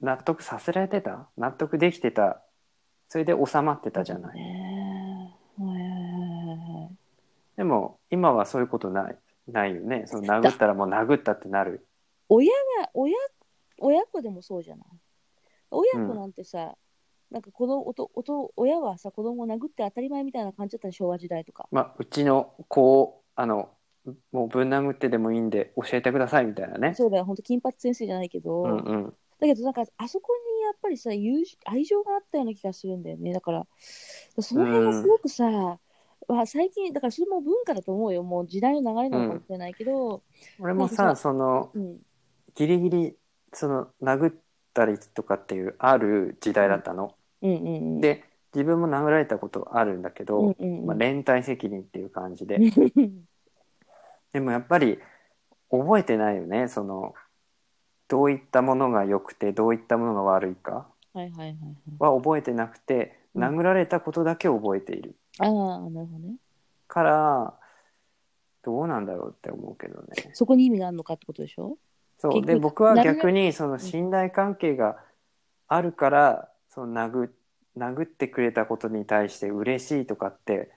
Speaker 2: 納得させられてた納得できてたそれで収まってたじゃない、
Speaker 1: ねえはいはいはいはい
Speaker 2: でも今はそういうことないないよねその殴ったらもう殴ったってなる
Speaker 1: 親が、親、親子でもそうじゃない親子なんてさ、なんか子供、おと、おと、親はさ、子供を殴って当たり前みたいな感じだったの、昭和時代とか。
Speaker 2: まあうちの子をあのもうぶん殴ってでもいいんで教えてくださいみたいなね
Speaker 1: そうだよ、本当金八先生じゃないけど、
Speaker 2: うんうん
Speaker 1: だけど、なんか、あそこにやっぱりさ、友情愛情があったような気がするんだよね。だから、その辺がすごくさ、は最近、だからそれも文化だと思うよ。もう時代の流れなのかもしれないけど、
Speaker 2: 俺も
Speaker 1: な
Speaker 2: さ
Speaker 1: んか
Speaker 2: その
Speaker 1: うん。
Speaker 2: ギリギリその殴ったりとかっていうある時代だったの、
Speaker 1: うんうんうん。
Speaker 2: で自分も殴られたことあるんだけ
Speaker 1: うん
Speaker 2: ど、
Speaker 1: うんうん、
Speaker 2: まあ、連帯責任っていう感じで、
Speaker 1: うん
Speaker 2: でもやっぱり覚えてないよねそのどういったものが良くてどういったものが悪いか
Speaker 1: はいはいはいはい。
Speaker 2: は覚えてなくて
Speaker 1: うん
Speaker 2: 殴られたことだけ覚えている
Speaker 1: ああ、なるほどね。
Speaker 2: からどうなんだろうって思うけどね。
Speaker 1: そこに意味があるのかってことでしょ
Speaker 2: そう
Speaker 1: 結
Speaker 2: で
Speaker 1: 局
Speaker 2: 僕は
Speaker 1: 殴ら
Speaker 2: 逆にその信頼関係があるからその殴殴ってくれたことに対して嬉しいとかって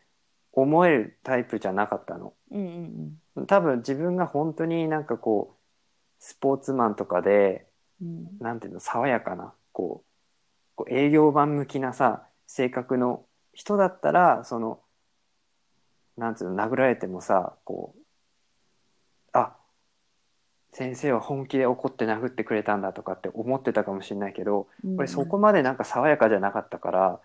Speaker 2: 思えるタイプじゃなかったの
Speaker 1: うんうんうん
Speaker 2: 多分自分が本当になんかこうスポーツマンとかで
Speaker 1: うん。
Speaker 2: なんていうの爽やかなこうこう営業版向きなさ性格の人だったらそのなんつうの殴られてもさこうあ先生は本気で怒って殴ってくれたんだとかって思ってたかもしれないけど
Speaker 1: うん
Speaker 2: これそこまでなんか爽やかじゃなかったから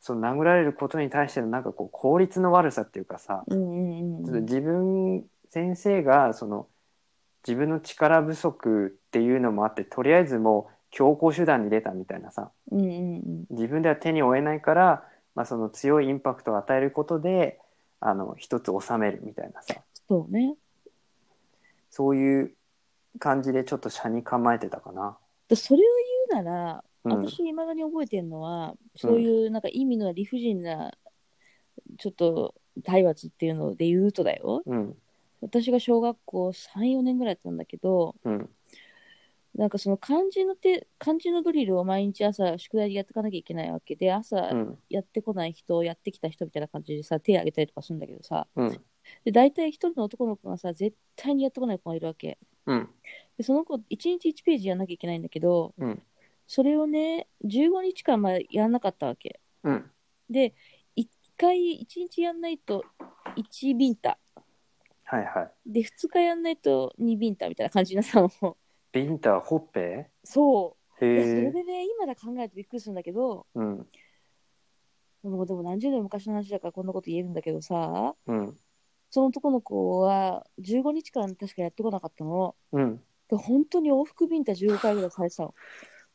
Speaker 2: その殴られることに対してのなんかこう効率の悪さっていうかさ
Speaker 1: うんうん
Speaker 2: ち
Speaker 1: う
Speaker 2: ょっと
Speaker 1: ん
Speaker 2: 自分先生がその自分の力不足っていうのもあってとりあえずもう強行手段に出たみたいなさ
Speaker 1: うんうん
Speaker 2: 自分では手に負えないから、まあ、その強いインパクトを与えることであの一つ収めるみたいなさ
Speaker 1: そうね
Speaker 2: そういう感じでちょっと車に構えてたかな。
Speaker 1: でそれを言うなら、
Speaker 2: うん、
Speaker 1: 私いまだに覚えてるのはそういうなんか意味の理不尽なちょっと体罰っていうので言うとだよ
Speaker 2: うん、
Speaker 1: 私が小学校34年ぐらいだったんだけど
Speaker 2: うん、
Speaker 1: なんかその漢字のて漢字のドリルを毎日朝宿題でやっていかなきゃいけないわけで朝
Speaker 2: うん、
Speaker 1: やってこない人、やってきた人みたいな感じでさ手挙げたりとかするんだけどさ
Speaker 2: うん、
Speaker 1: で大体一人の男の子がさ絶対にやってこない子がいるわけ
Speaker 2: うん、
Speaker 1: でその子1日1ページやんなきゃいけないんだけど
Speaker 2: うん、
Speaker 1: それをね15日間までやらなかったわけ
Speaker 2: うん、
Speaker 1: で1回1日やんないと1ビンタ
Speaker 2: はいはい。
Speaker 1: で2日やんないと2ビンタみたいな感じになったの
Speaker 2: ビンターほっぺ
Speaker 1: そう
Speaker 2: へ
Speaker 1: いやそれ
Speaker 2: え。
Speaker 1: でね今だ考えるとびっくりするんだけど
Speaker 2: うん、
Speaker 1: もうでも何十年も昔の話だからこんなこと言えるんだけどさ
Speaker 2: うん、
Speaker 1: その男の子は15日間確かやってこなかったの
Speaker 2: うん。
Speaker 1: で本当に往復ビンタ15回ぐらいされてたの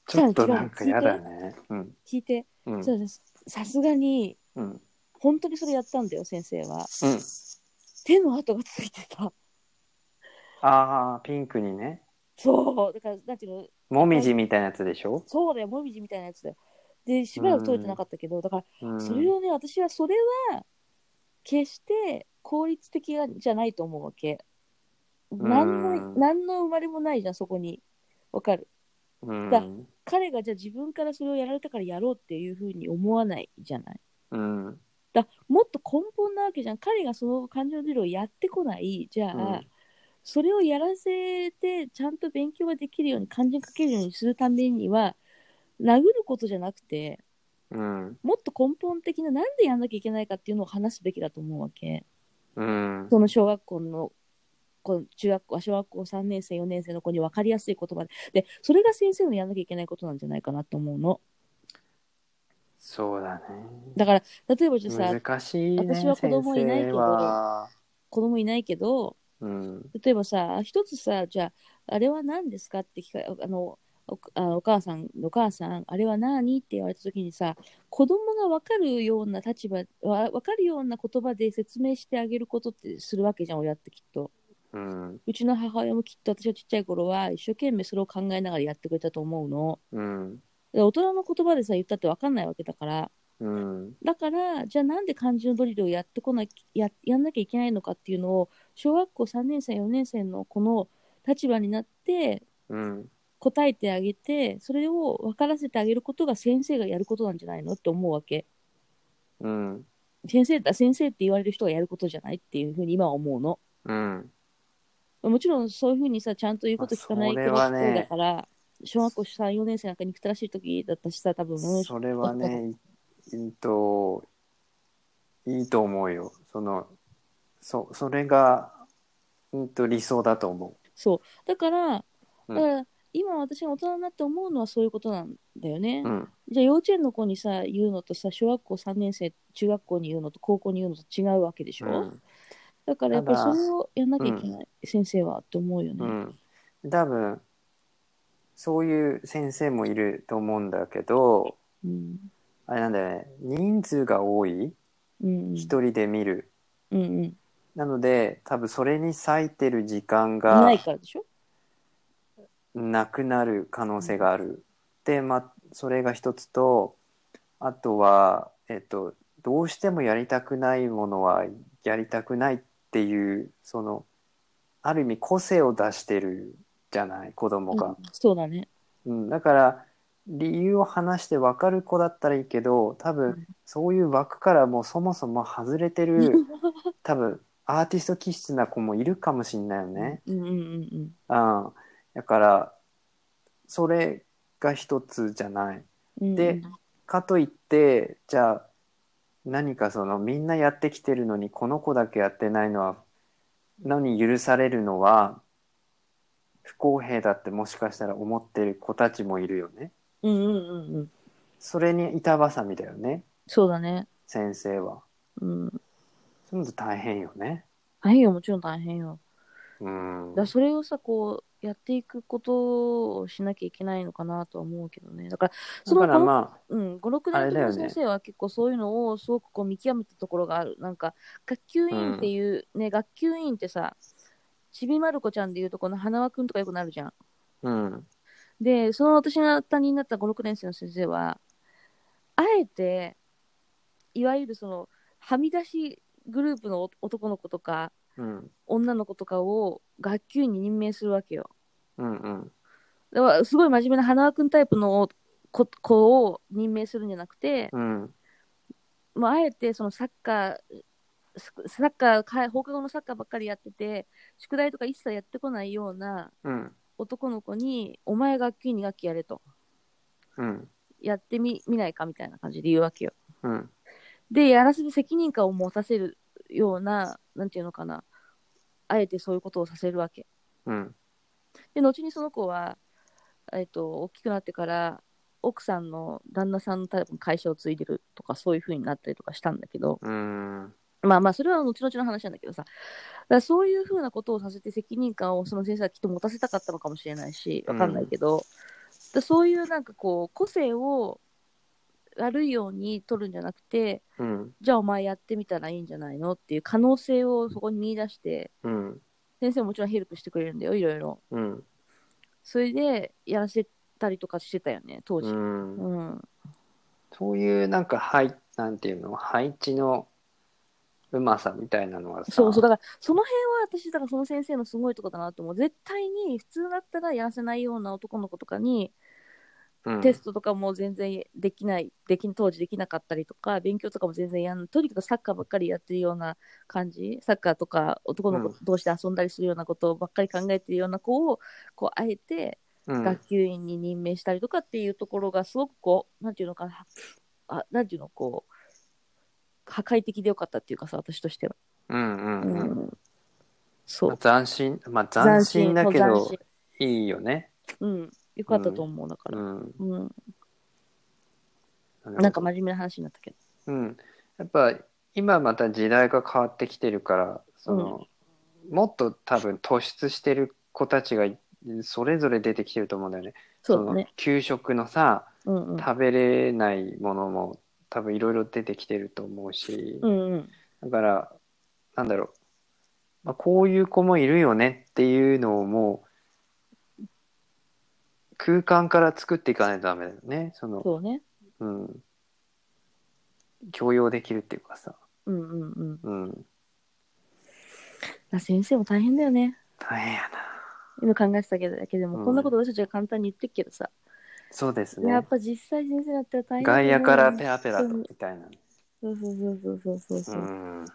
Speaker 2: ちょっとなんか嫌だね。うん、
Speaker 1: 聞いて、
Speaker 2: うん、
Speaker 1: そうですさすがに
Speaker 2: うん、
Speaker 1: 本当にそれやったんだよ先生は
Speaker 2: うん。
Speaker 1: 手の跡がついてた
Speaker 2: ああ、ピンクにね。
Speaker 1: そうだからなんていうの
Speaker 2: もみじみたいなやつでしょ。
Speaker 1: そうだよもみじみたいなやつだよでしばらく取れてなかったけどだか
Speaker 2: う
Speaker 1: ら
Speaker 2: ん、
Speaker 1: それをね私はそれは決して効率的じゃないと思うわけ何の
Speaker 2: うん
Speaker 1: 何の生まれもないじゃんそこにわかる
Speaker 2: うん、
Speaker 1: だ彼がじゃあ自分からそれをやられたからやろうっていうふうに思わないじゃない
Speaker 2: うん、
Speaker 1: だもっと根本なわけじゃん彼がその感情の理論をやってこないじゃあ、
Speaker 2: うん
Speaker 1: それをやらせてちゃんと勉強ができるように漢字に書けるようにするためには殴ることじゃなくて
Speaker 2: うん、
Speaker 1: もっと根本的ななんでやんなきゃいけないかっていうのを話すべきだと思うわけ
Speaker 2: うん、
Speaker 1: その小学校のこの中学校小学校3年生4年生の子に分かりやすい言葉ででそれが先生のやんなきゃいけないことなんじゃないかなと思うの
Speaker 2: そうだね。
Speaker 1: だから例えばじゃあさ
Speaker 2: 難しいね。
Speaker 1: 私は子供いないけど
Speaker 2: 先生は
Speaker 1: 子供いないけど
Speaker 2: うん、
Speaker 1: 例えばさ一つさじゃああれは何ですかって聞かあのおあお母さんお母さんあれは何って言われた時にさ子供が分かるような立場わ分かるような言葉で説明してあげることってするわけじゃん親ってきっと
Speaker 2: うん、
Speaker 1: うちの母親もきっと私がちっちゃい頃は一生懸命それを考えながらやってくれたと思うの
Speaker 2: うん、
Speaker 1: で大人の言葉でさ言ったって分かんないわけだから
Speaker 2: うん、
Speaker 1: だからじゃあなんで漢字のドリルをやってこなきややんなきゃいけないのかっていうのを小学校3年生4年生のこの立場になって
Speaker 2: うん、
Speaker 1: 答えてあげてそれを分からせてあげることが先生がやることなんじゃないのって思うわけ
Speaker 2: うん、
Speaker 1: 先生だ先生って言われる人がやることじゃないっていうふうに今は思うの
Speaker 2: うん、
Speaker 1: もちろんそういうふうにさちゃんと言うこと聞かない子
Speaker 2: まあ
Speaker 1: が
Speaker 2: それ
Speaker 1: 多
Speaker 2: はね
Speaker 1: いだから、小学校34年生なんか憎たらしい時だったしさ多分
Speaker 2: それはね、いいと、いいと思うよ。その、そ、それが、うんと理想だと思
Speaker 1: そうだから
Speaker 2: う
Speaker 1: だ
Speaker 2: ん
Speaker 1: から今私が大人になって思うのはそういうことなんだよね、
Speaker 2: う。うん、
Speaker 1: じゃあ幼稚園の子にさ言うのとさ小学校3年生中学校に言うのと高校に言うのと違うわけでしょ、
Speaker 2: うん、
Speaker 1: だからやっぱり
Speaker 2: た
Speaker 1: そ
Speaker 2: だ
Speaker 1: れをやんなきゃいけない、先生はって思うよね、
Speaker 2: うん。多分、そういう先生もいると思うんだけど、
Speaker 1: うん
Speaker 2: あれなんだよね、人数が多い、
Speaker 1: うん
Speaker 2: 一人で見る。
Speaker 1: うんうん、
Speaker 2: なので、多分それに割いてる時間が、
Speaker 1: ないからでしょ
Speaker 2: なくなる可能性がある。で、まあ、それが一つとあとは、えっと、どうしてもやりたくないものはやりたくないっていうそのある意味個性を出してるじゃない子供
Speaker 1: う
Speaker 2: が
Speaker 1: ん、、そうだね
Speaker 2: うんだから理由を話して分かる子だったらいいけど多
Speaker 1: う
Speaker 2: 分
Speaker 1: ん
Speaker 2: そういう枠からもうそもそも外れ てる多分アーティスト気質な子もいるかもしんないよね。
Speaker 1: うんうんうん
Speaker 2: うん、だからそれが一つじゃない。
Speaker 1: うん
Speaker 2: でかといってじゃあ何かそのみんなやってきてるのにこの子だけやってないのは何許されるのは不公平だってもしかしたら思ってる子たちもいるよね。
Speaker 1: うんうんうんうん。
Speaker 2: それに板挟みだよね
Speaker 1: そうだね。
Speaker 2: 先生は。
Speaker 1: うん。
Speaker 2: そういうのって大変よね。
Speaker 1: 大変よ、もちろん大変よ。
Speaker 2: うん
Speaker 1: だからそれをさ、こう、やっていくことをしなきゃいけないのかなとは思うけどね。だから、そ
Speaker 2: だ
Speaker 1: のこ
Speaker 2: から
Speaker 1: の
Speaker 2: ま
Speaker 1: うん、5、6
Speaker 2: あ
Speaker 1: 年
Speaker 2: れ
Speaker 1: 生
Speaker 2: だよ
Speaker 1: の
Speaker 2: ね
Speaker 1: 先生は結構そういうのをすごくこう見極めたところがある。なんか、学級委員っていう、ね、学級委員ってさ、ちびまる子ちゃんでいうとこの花輪くんとかよくなるじゃん。
Speaker 2: あ、うん、
Speaker 1: で、その私が担任になった5、6年生の先生は、あえて、いわゆるその、はみ出しグループのお男の子とか、
Speaker 2: うん、
Speaker 1: 女の子とかを学級委員に任命するわけよ。
Speaker 2: うん、うん、
Speaker 1: だからすごい真面目な花輪くんタイプの子子を任命するんじゃなくて、
Speaker 2: うん、
Speaker 1: もうあえてそのサッカー、スサッカーか、放課後のサッカーばっかりやってて、宿題とか一切やってこないような
Speaker 2: うん、
Speaker 1: 男の子に、お前学級に学期やれと、
Speaker 2: うん、
Speaker 1: やってみ見ないかみたいな感じで言うわけよ。
Speaker 2: うん、
Speaker 1: で、やらせて責任感を持たせるような、なんていうのかな、あえてそういうことをさせるわけ。
Speaker 2: うん、
Speaker 1: で、後にその子は、えっと、大きくなってから、奥さんの旦那さんの多分会社を継いでるとか、そういう風になったりとかしたんだけど、
Speaker 2: うん、
Speaker 1: まあまあ、それは後々の話なんだけどさ、だからそういう風なことをさせて責任感をその先生はきっと持たせたかったのかもしれないし、わかんないけど、だからそういうなんかこう、個性を悪いように取るんじゃなくて、
Speaker 2: うん、
Speaker 1: じゃあお前やってみたらいいんじゃないのっていう可能性をそこに見出して、
Speaker 2: うん、
Speaker 1: 先生ももちろんヘルプしてくれるんだよ、いろいろ。
Speaker 2: うん、
Speaker 1: それでやらせたりとかしてたよね、当時。
Speaker 2: うん。
Speaker 1: うん。
Speaker 2: そういうなんか配なんていうの配置のうまさみたいなのはさ
Speaker 1: そうそう、だから、その辺は私、だからその先生のすごいとこだなと思う。絶対に、普通だったらやらせないような男の子とかに、
Speaker 2: うん
Speaker 1: テストとかも全然できない、でき当時できなかったりとか、勉強とかも全然やんない。とにかくサッカーばっかりやってるような感じ、サッカーとか男の子同士で遊んだりするようなことばっかり考えてるような子を、こう、あえて、
Speaker 2: うん
Speaker 1: 学級委員に任命したりとかっていうところがすごくこう、なんていうのかな、あなんていうの、こう、破壊的でよかったっていうかさ、私としては。
Speaker 2: うんうんうん
Speaker 1: うんそ
Speaker 2: まあ
Speaker 1: う。
Speaker 2: 斬新まあ斬新だけ
Speaker 1: もう
Speaker 2: ど
Speaker 1: 斬
Speaker 2: いいよね
Speaker 1: 新うん。よかったと思う、だか
Speaker 2: う
Speaker 1: ら。
Speaker 2: ん
Speaker 1: うん。
Speaker 2: なるほど
Speaker 1: なんか真面目な話になったけど。
Speaker 2: うんやっぱ今また時代が変わってきてるからその、もっと多分突出してる子たちがそれぞれ出てきてると思うんだよね
Speaker 1: そうだね。
Speaker 2: の給食のさ
Speaker 1: うんうん。
Speaker 2: 食べれないものも多分いろいろ出てきてると思うし、
Speaker 1: うんうん。
Speaker 2: だから、なんだろう、まあ、こういう子もいるよねっていうのをもう、空間から作っていかないとダメだよね。その、
Speaker 1: そうね。
Speaker 2: うん。強要できるっていうかさ、
Speaker 1: うんうんうん。だか
Speaker 2: うん。
Speaker 1: ら先生も大変だよね。
Speaker 2: 大変やな。
Speaker 1: 今考えてたけどだけでも、
Speaker 2: うん
Speaker 1: こんなこと私たちが簡単に言ってるけどさ。
Speaker 2: そうです
Speaker 1: や
Speaker 2: ね
Speaker 1: っ。ぱ実際先生だったら大変だ
Speaker 2: 外
Speaker 1: よね
Speaker 2: 野からペラペラとみたいな。
Speaker 1: そうそうそうそうそうそうう。
Speaker 2: ん。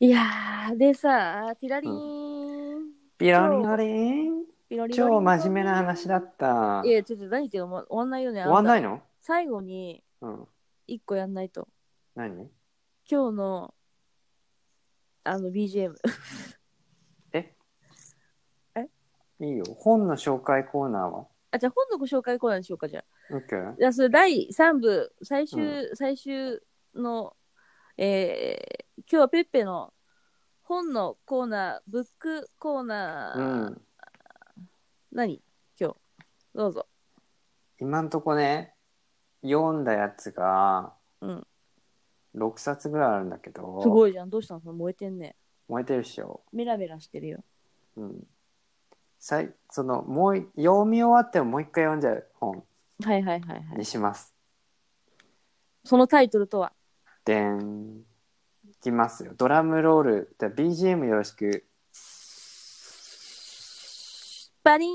Speaker 1: いやー、でさ、ティラリーン。
Speaker 2: ピロリロリン。
Speaker 1: ピロリロリ
Speaker 2: 超
Speaker 1: ン
Speaker 2: 真面目な話だった。
Speaker 1: い
Speaker 2: 終
Speaker 1: や、ちょっと何言ってるの終わんないよね。
Speaker 2: わんない
Speaker 1: の
Speaker 2: の
Speaker 1: 最後に
Speaker 2: うん。
Speaker 1: 一個やんないと。
Speaker 2: 何
Speaker 1: 今日の、あの、BGM。
Speaker 2: え
Speaker 1: え
Speaker 2: いいよ。本の紹介コーナーは
Speaker 1: あ、じゃあ本のご紹介コーナーにしようか、じゃあ。
Speaker 2: ?OK?
Speaker 1: じゃあ、それ第3部、最終、
Speaker 2: う
Speaker 1: 最終の、えー、今日はペッペの本のコーナー、ブックコーナー、
Speaker 2: うん。
Speaker 1: 何今日。どうぞ。
Speaker 2: 今んとこね、読んだやつが、
Speaker 1: うん
Speaker 2: 6冊ぐらいあるんだけど、
Speaker 1: すごいじゃん。どうしたのその燃えてんね。
Speaker 2: 燃えてるっしょ。
Speaker 1: メラメラしてるよ。
Speaker 2: うん。さいその、もうい、読み終わってももう一回読んじゃう本
Speaker 1: はいはいはいはい
Speaker 2: に。します。
Speaker 1: そのタイトルとは
Speaker 2: でん。いきますよ。ドラムロール。じゃあ BGM よろしく。
Speaker 1: バリーン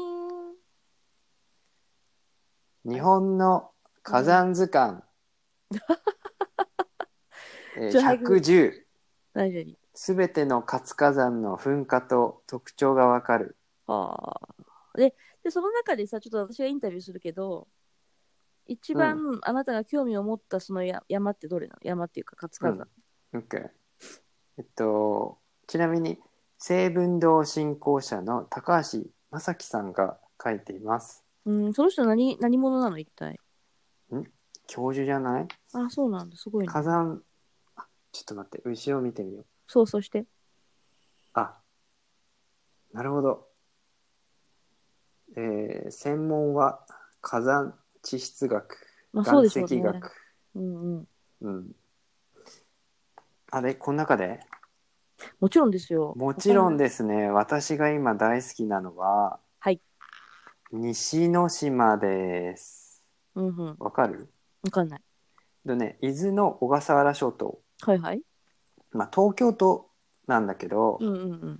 Speaker 2: 日本の火山図鑑。えー
Speaker 1: ちょ早く
Speaker 2: 110。
Speaker 1: 大丈夫。
Speaker 2: すべての活火山の噴火と特徴がわかる。
Speaker 1: はあ。で、で、その中でさ、ちょっと私がインタビューするけど、一番あなたが興味を持ったそのや山ってどれなの山っていうか活火山。
Speaker 2: OK。えっと、ちなみに、成文堂振興者の高橋正樹さんが書いています。
Speaker 1: うん、その人何、何者なの一体。
Speaker 2: 教授じゃない
Speaker 1: あ、そうなんだ。すごいね。
Speaker 2: 火山、あちょっと待って、後ろを見てみよう。
Speaker 1: そうそうして。
Speaker 2: あ、なるほど。えー専門は火山地質学、
Speaker 1: まあそうで
Speaker 2: 岩
Speaker 1: し
Speaker 2: 石
Speaker 1: ょうね
Speaker 2: 学。
Speaker 1: うんうん。
Speaker 2: うん。あれ、この中で
Speaker 1: もちろんですよ。
Speaker 2: もちろんですね、私が今大好きなのは、
Speaker 1: はい
Speaker 2: 西之島です。
Speaker 1: うんうん。
Speaker 2: わかる
Speaker 1: わかんない。
Speaker 2: でね、伊豆の小笠原諸島、
Speaker 1: はいはい。
Speaker 2: まあ、東京都なんだけど、
Speaker 1: うんうんうん。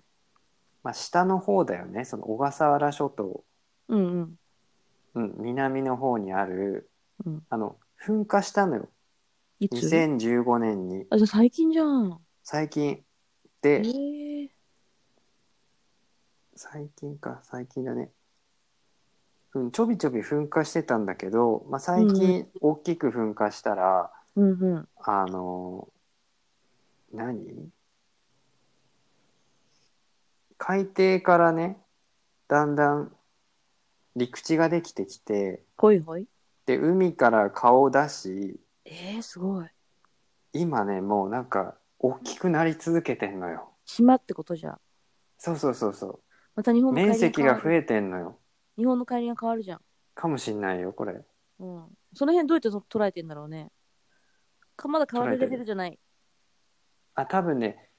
Speaker 2: まあ、下の方だよね、その小笠原諸島、
Speaker 1: うんうん。
Speaker 2: うん、南の方にある、
Speaker 1: うん
Speaker 2: あの、噴火したのよ。
Speaker 1: いつ
Speaker 2: 2015年に、
Speaker 1: あ、じゃあ最近じゃん。
Speaker 2: 最近。
Speaker 1: え
Speaker 2: で、
Speaker 1: ー、
Speaker 2: 最近か最近だね、うん、ちょびちょび噴火してたんだけど、まあ、最近大きく噴火したら、
Speaker 1: うんうん。
Speaker 2: あの何海底からねだんだん陸地ができてきて
Speaker 1: ほいほい。
Speaker 2: で海から顔を出し
Speaker 1: えー、すごい。
Speaker 2: 今ねもうなんか大きくなり続けてんのよ
Speaker 1: 島ってことじゃ。
Speaker 2: そうそうそうそ
Speaker 1: また日
Speaker 2: う
Speaker 1: 本の
Speaker 2: 面積が増
Speaker 1: え
Speaker 2: えてんのよ
Speaker 1: 日本の帰りが変わるじゃん。
Speaker 2: かもしんないよこれ
Speaker 1: うん。その辺どうやってと捉えてんだろうね。かまだ変わるレベルじゃない。
Speaker 2: あ多分ね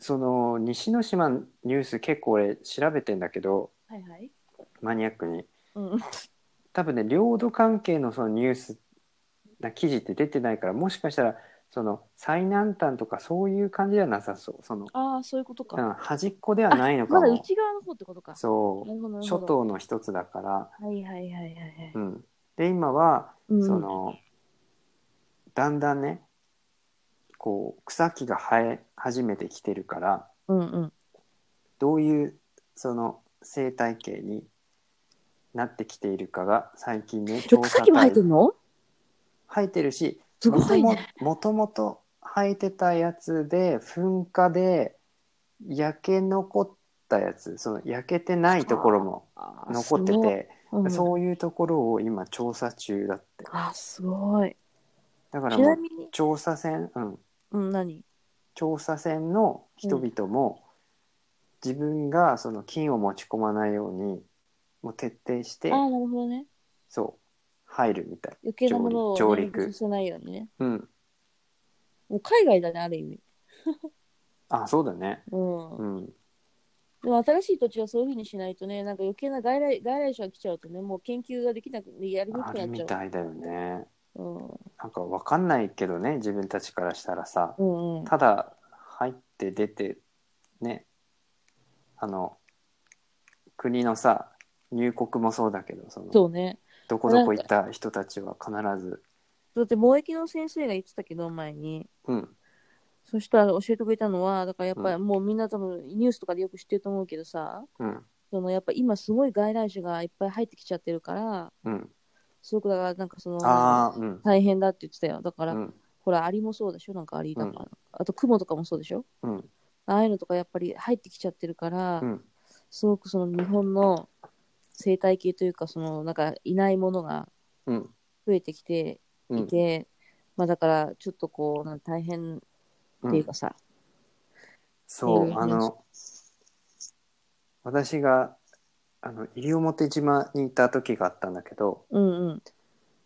Speaker 2: その西之島のニュース結構俺調べてんだけど
Speaker 1: はいはい。
Speaker 2: マニアックに
Speaker 1: うん。
Speaker 2: 多分ね領土関係のそのニュースな記事って出てないからもしかしたらその最南端とかそういう感じではなさそうその、
Speaker 1: ああ、そういうこと
Speaker 2: う
Speaker 1: か。
Speaker 2: ん、端っこではないのか
Speaker 1: まだ
Speaker 2: も
Speaker 1: 内側の方ってことか。
Speaker 2: そ
Speaker 1: なるほどな
Speaker 2: う
Speaker 1: る
Speaker 2: 諸
Speaker 1: ほど。
Speaker 2: 島の一つだから、
Speaker 1: はいはいはいはいはい。
Speaker 2: うん、で今は
Speaker 1: うん
Speaker 2: そのだんだんねこう草木が生え始めてきてるから
Speaker 1: うんうん。
Speaker 2: どういうその生態系になってきているかが最近ね
Speaker 1: え草木も生えてんの
Speaker 2: 生えてるし
Speaker 1: すごい
Speaker 2: も
Speaker 1: ね。
Speaker 2: とももともと生えてたやつで噴火で焼け残ったやつその焼けてないところも
Speaker 1: あー
Speaker 2: 残って、て
Speaker 1: すごいうん
Speaker 2: そういうところを今調査中だって
Speaker 1: あー、すごい。
Speaker 2: だから
Speaker 1: ち
Speaker 2: も
Speaker 1: な
Speaker 2: う
Speaker 1: みに、
Speaker 2: 調査船うん
Speaker 1: うん、何
Speaker 2: 調査船の人々も自分がその金を持ち込まないようにもう徹底して
Speaker 1: ああ、なるほどね。
Speaker 2: そう入るみたい、
Speaker 1: 余計なものを、ね、
Speaker 2: 上陸
Speaker 1: 露出さないようにね。
Speaker 2: うん、
Speaker 1: もう海外だね、ある意味。
Speaker 2: あそうだね
Speaker 1: うん。
Speaker 2: うん
Speaker 1: でも新しい土地はそういうふうにしないとね、なんか余計な外来外来種が来ちゃうとね、もう研究ができなくやりにく
Speaker 2: あ
Speaker 1: くな
Speaker 2: る
Speaker 1: っち
Speaker 2: み
Speaker 1: ゃ
Speaker 2: たいだよね
Speaker 1: う。うん
Speaker 2: なんかわかんないけどね自分たちからしたらさ
Speaker 1: うんうん、
Speaker 2: ただ入って出てねあの国のさ入国もそうだけどその
Speaker 1: そうね。
Speaker 2: どこどこ行った人たちは必ず
Speaker 1: だって貿易の先生が言ってたけど、前に。
Speaker 2: うん
Speaker 1: そしたら教えてくれたのは、だからやっぱりもうみんな多分ニュースとかでよく知ってると思うけどさ、
Speaker 2: うん
Speaker 1: そのやっぱ今すごい外来種がいっぱい入ってきちゃってるから、
Speaker 2: うん
Speaker 1: すごくだからなんかその、
Speaker 2: ああうん
Speaker 1: 大変だって言ってたよ。だか
Speaker 2: う
Speaker 1: ら、
Speaker 2: ん
Speaker 1: ほら、アリもそうでしょなんかアリだから、あと、雲とかもそうでしょ
Speaker 2: うん
Speaker 1: ああいうのとかやっぱり入ってきちゃってるから、
Speaker 2: うん
Speaker 1: すごくその日本の生態系というか、そのなんかいないものが
Speaker 2: うん
Speaker 1: 増えてきて
Speaker 2: うん
Speaker 1: いて、まあだからちょっとこう、なんか大変っ
Speaker 2: う
Speaker 1: ていうんかさ、
Speaker 2: そ
Speaker 1: え
Speaker 2: う
Speaker 1: ー
Speaker 2: あの私があの西表島にいた時があったんだけど
Speaker 1: うんうん。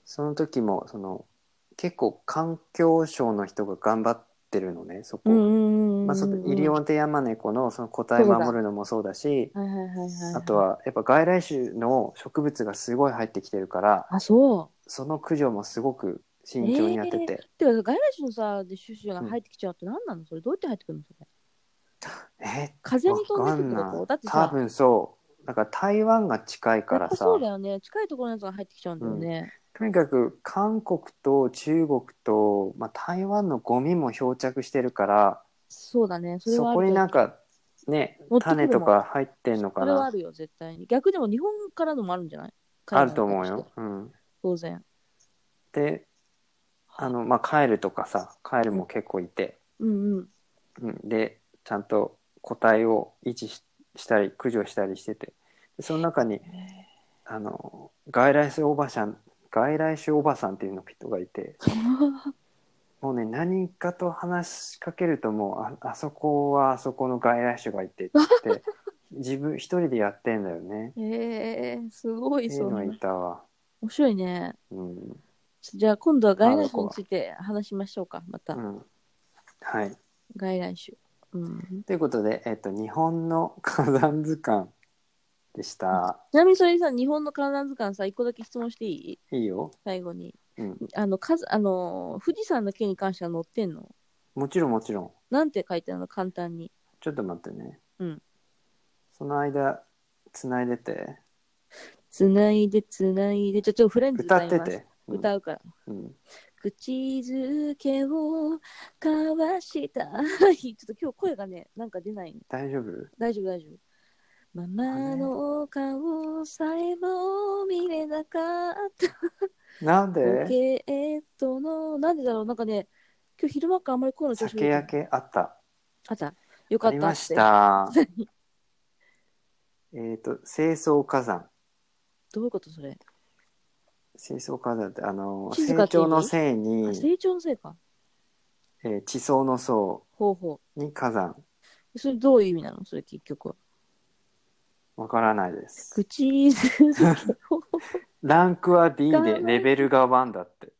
Speaker 2: その時もその結構環境省の人が頑張ってるのねそこ、
Speaker 1: うんうんうん。
Speaker 2: まあ、その
Speaker 1: うんうん
Speaker 2: イリオンテヤマネコのその個体守るのもそうだし
Speaker 1: はいはいはいはい。
Speaker 2: あと。はやっぱ外来種の植物がすごい入ってきてるから
Speaker 1: あ、そう。
Speaker 2: その駆除もすごく慎重にやってて、
Speaker 1: てか、外来種のさ、で、種々が入ってきちゃうって何なのそれどうやって入ってくるのそれ
Speaker 2: え
Speaker 1: 風
Speaker 2: ー、わ
Speaker 1: に飛
Speaker 2: か
Speaker 1: んでくるっ
Speaker 2: ん
Speaker 1: てこ
Speaker 2: な
Speaker 1: と
Speaker 2: い
Speaker 1: だって
Speaker 2: 多
Speaker 1: さ、
Speaker 2: 分そうだから台湾が近いから
Speaker 1: やっぱ
Speaker 2: さ
Speaker 1: そうだよね。近いところのやつが入ってきちゃうんだよね。
Speaker 2: とにかく韓国と中国と、まあ、台湾のゴミも漂着してるから
Speaker 1: そうだね。それ
Speaker 2: そ
Speaker 1: はある
Speaker 2: こになんかね
Speaker 1: 持ってくるも
Speaker 2: 種
Speaker 1: ん
Speaker 2: とか入ってんのか
Speaker 1: それはあ
Speaker 2: な
Speaker 1: るよ、絶対に。逆でも日本からのもあるんじゃない
Speaker 2: あると思う。
Speaker 1: 海外の
Speaker 2: よ
Speaker 1: 方。
Speaker 2: うん、
Speaker 1: 当然。
Speaker 2: であの、まあ、カエルとかさカエルも結構いて、
Speaker 1: うんうん。
Speaker 2: うん、でちゃんと個体を維持ししたり駆除したりしててでその中にあの外来種おばさん外来種おばさんっていうの人がい てもうね何かと話しかけるともうああそこはあそこの外来種がいてって言って 自分一人でやってんだよね。
Speaker 1: えー、すごい
Speaker 2: いい
Speaker 1: そ
Speaker 2: の
Speaker 1: んな
Speaker 2: がいたわ。
Speaker 1: 面白いね
Speaker 2: うん
Speaker 1: じゃあ今度は外来種について話しましょうかまた、
Speaker 2: うん、はい
Speaker 1: 外来種うん
Speaker 2: ということで、えっと、日本の火山図鑑でした。
Speaker 1: ちなみにそれさ日本の観覧図鑑さ一個だけ質問していい
Speaker 2: いいよ。
Speaker 1: 最後に
Speaker 2: うん、
Speaker 1: あの数あの富士山の件に関しては載ってんの
Speaker 2: もちろんもちろん。
Speaker 1: なんて書いてあるの簡単に
Speaker 2: ちょっと待ってね。
Speaker 1: うん
Speaker 2: その間、つないでて。
Speaker 1: つないでつないでじゃあちょっとフレンズ
Speaker 2: 歌って
Speaker 1: ます
Speaker 2: て。うん
Speaker 1: 歌うから、
Speaker 2: うん。
Speaker 1: 口づけを交わしたいちょっと今日声がねなんか出ないの
Speaker 2: 大丈夫
Speaker 1: 大丈夫大丈夫ママの顔さえも見れなかった
Speaker 2: なん
Speaker 1: ポ
Speaker 2: で
Speaker 1: ケットのなんでだろうなんかね今日昼間からあんまり声の調子
Speaker 2: 酒
Speaker 1: 良
Speaker 2: 焼
Speaker 1: く
Speaker 2: けあった。
Speaker 1: あったよか
Speaker 2: あ
Speaker 1: った
Speaker 2: り
Speaker 1: って
Speaker 2: ました。えっと、清掃火山。
Speaker 1: どういうことそれ、
Speaker 2: 清掃火山って、あの、
Speaker 1: 静か
Speaker 2: 成
Speaker 1: って意味
Speaker 2: 長のせい
Speaker 1: あ
Speaker 2: に、
Speaker 1: 成長のせいか
Speaker 2: えー地層の層
Speaker 1: ほうほ
Speaker 2: に火山。
Speaker 1: うそれどういう意味なのそれ結局は
Speaker 2: わからないです。
Speaker 1: 口 づけを
Speaker 2: ランクは D
Speaker 1: わからな
Speaker 2: で、
Speaker 1: い
Speaker 2: レベルが1だって。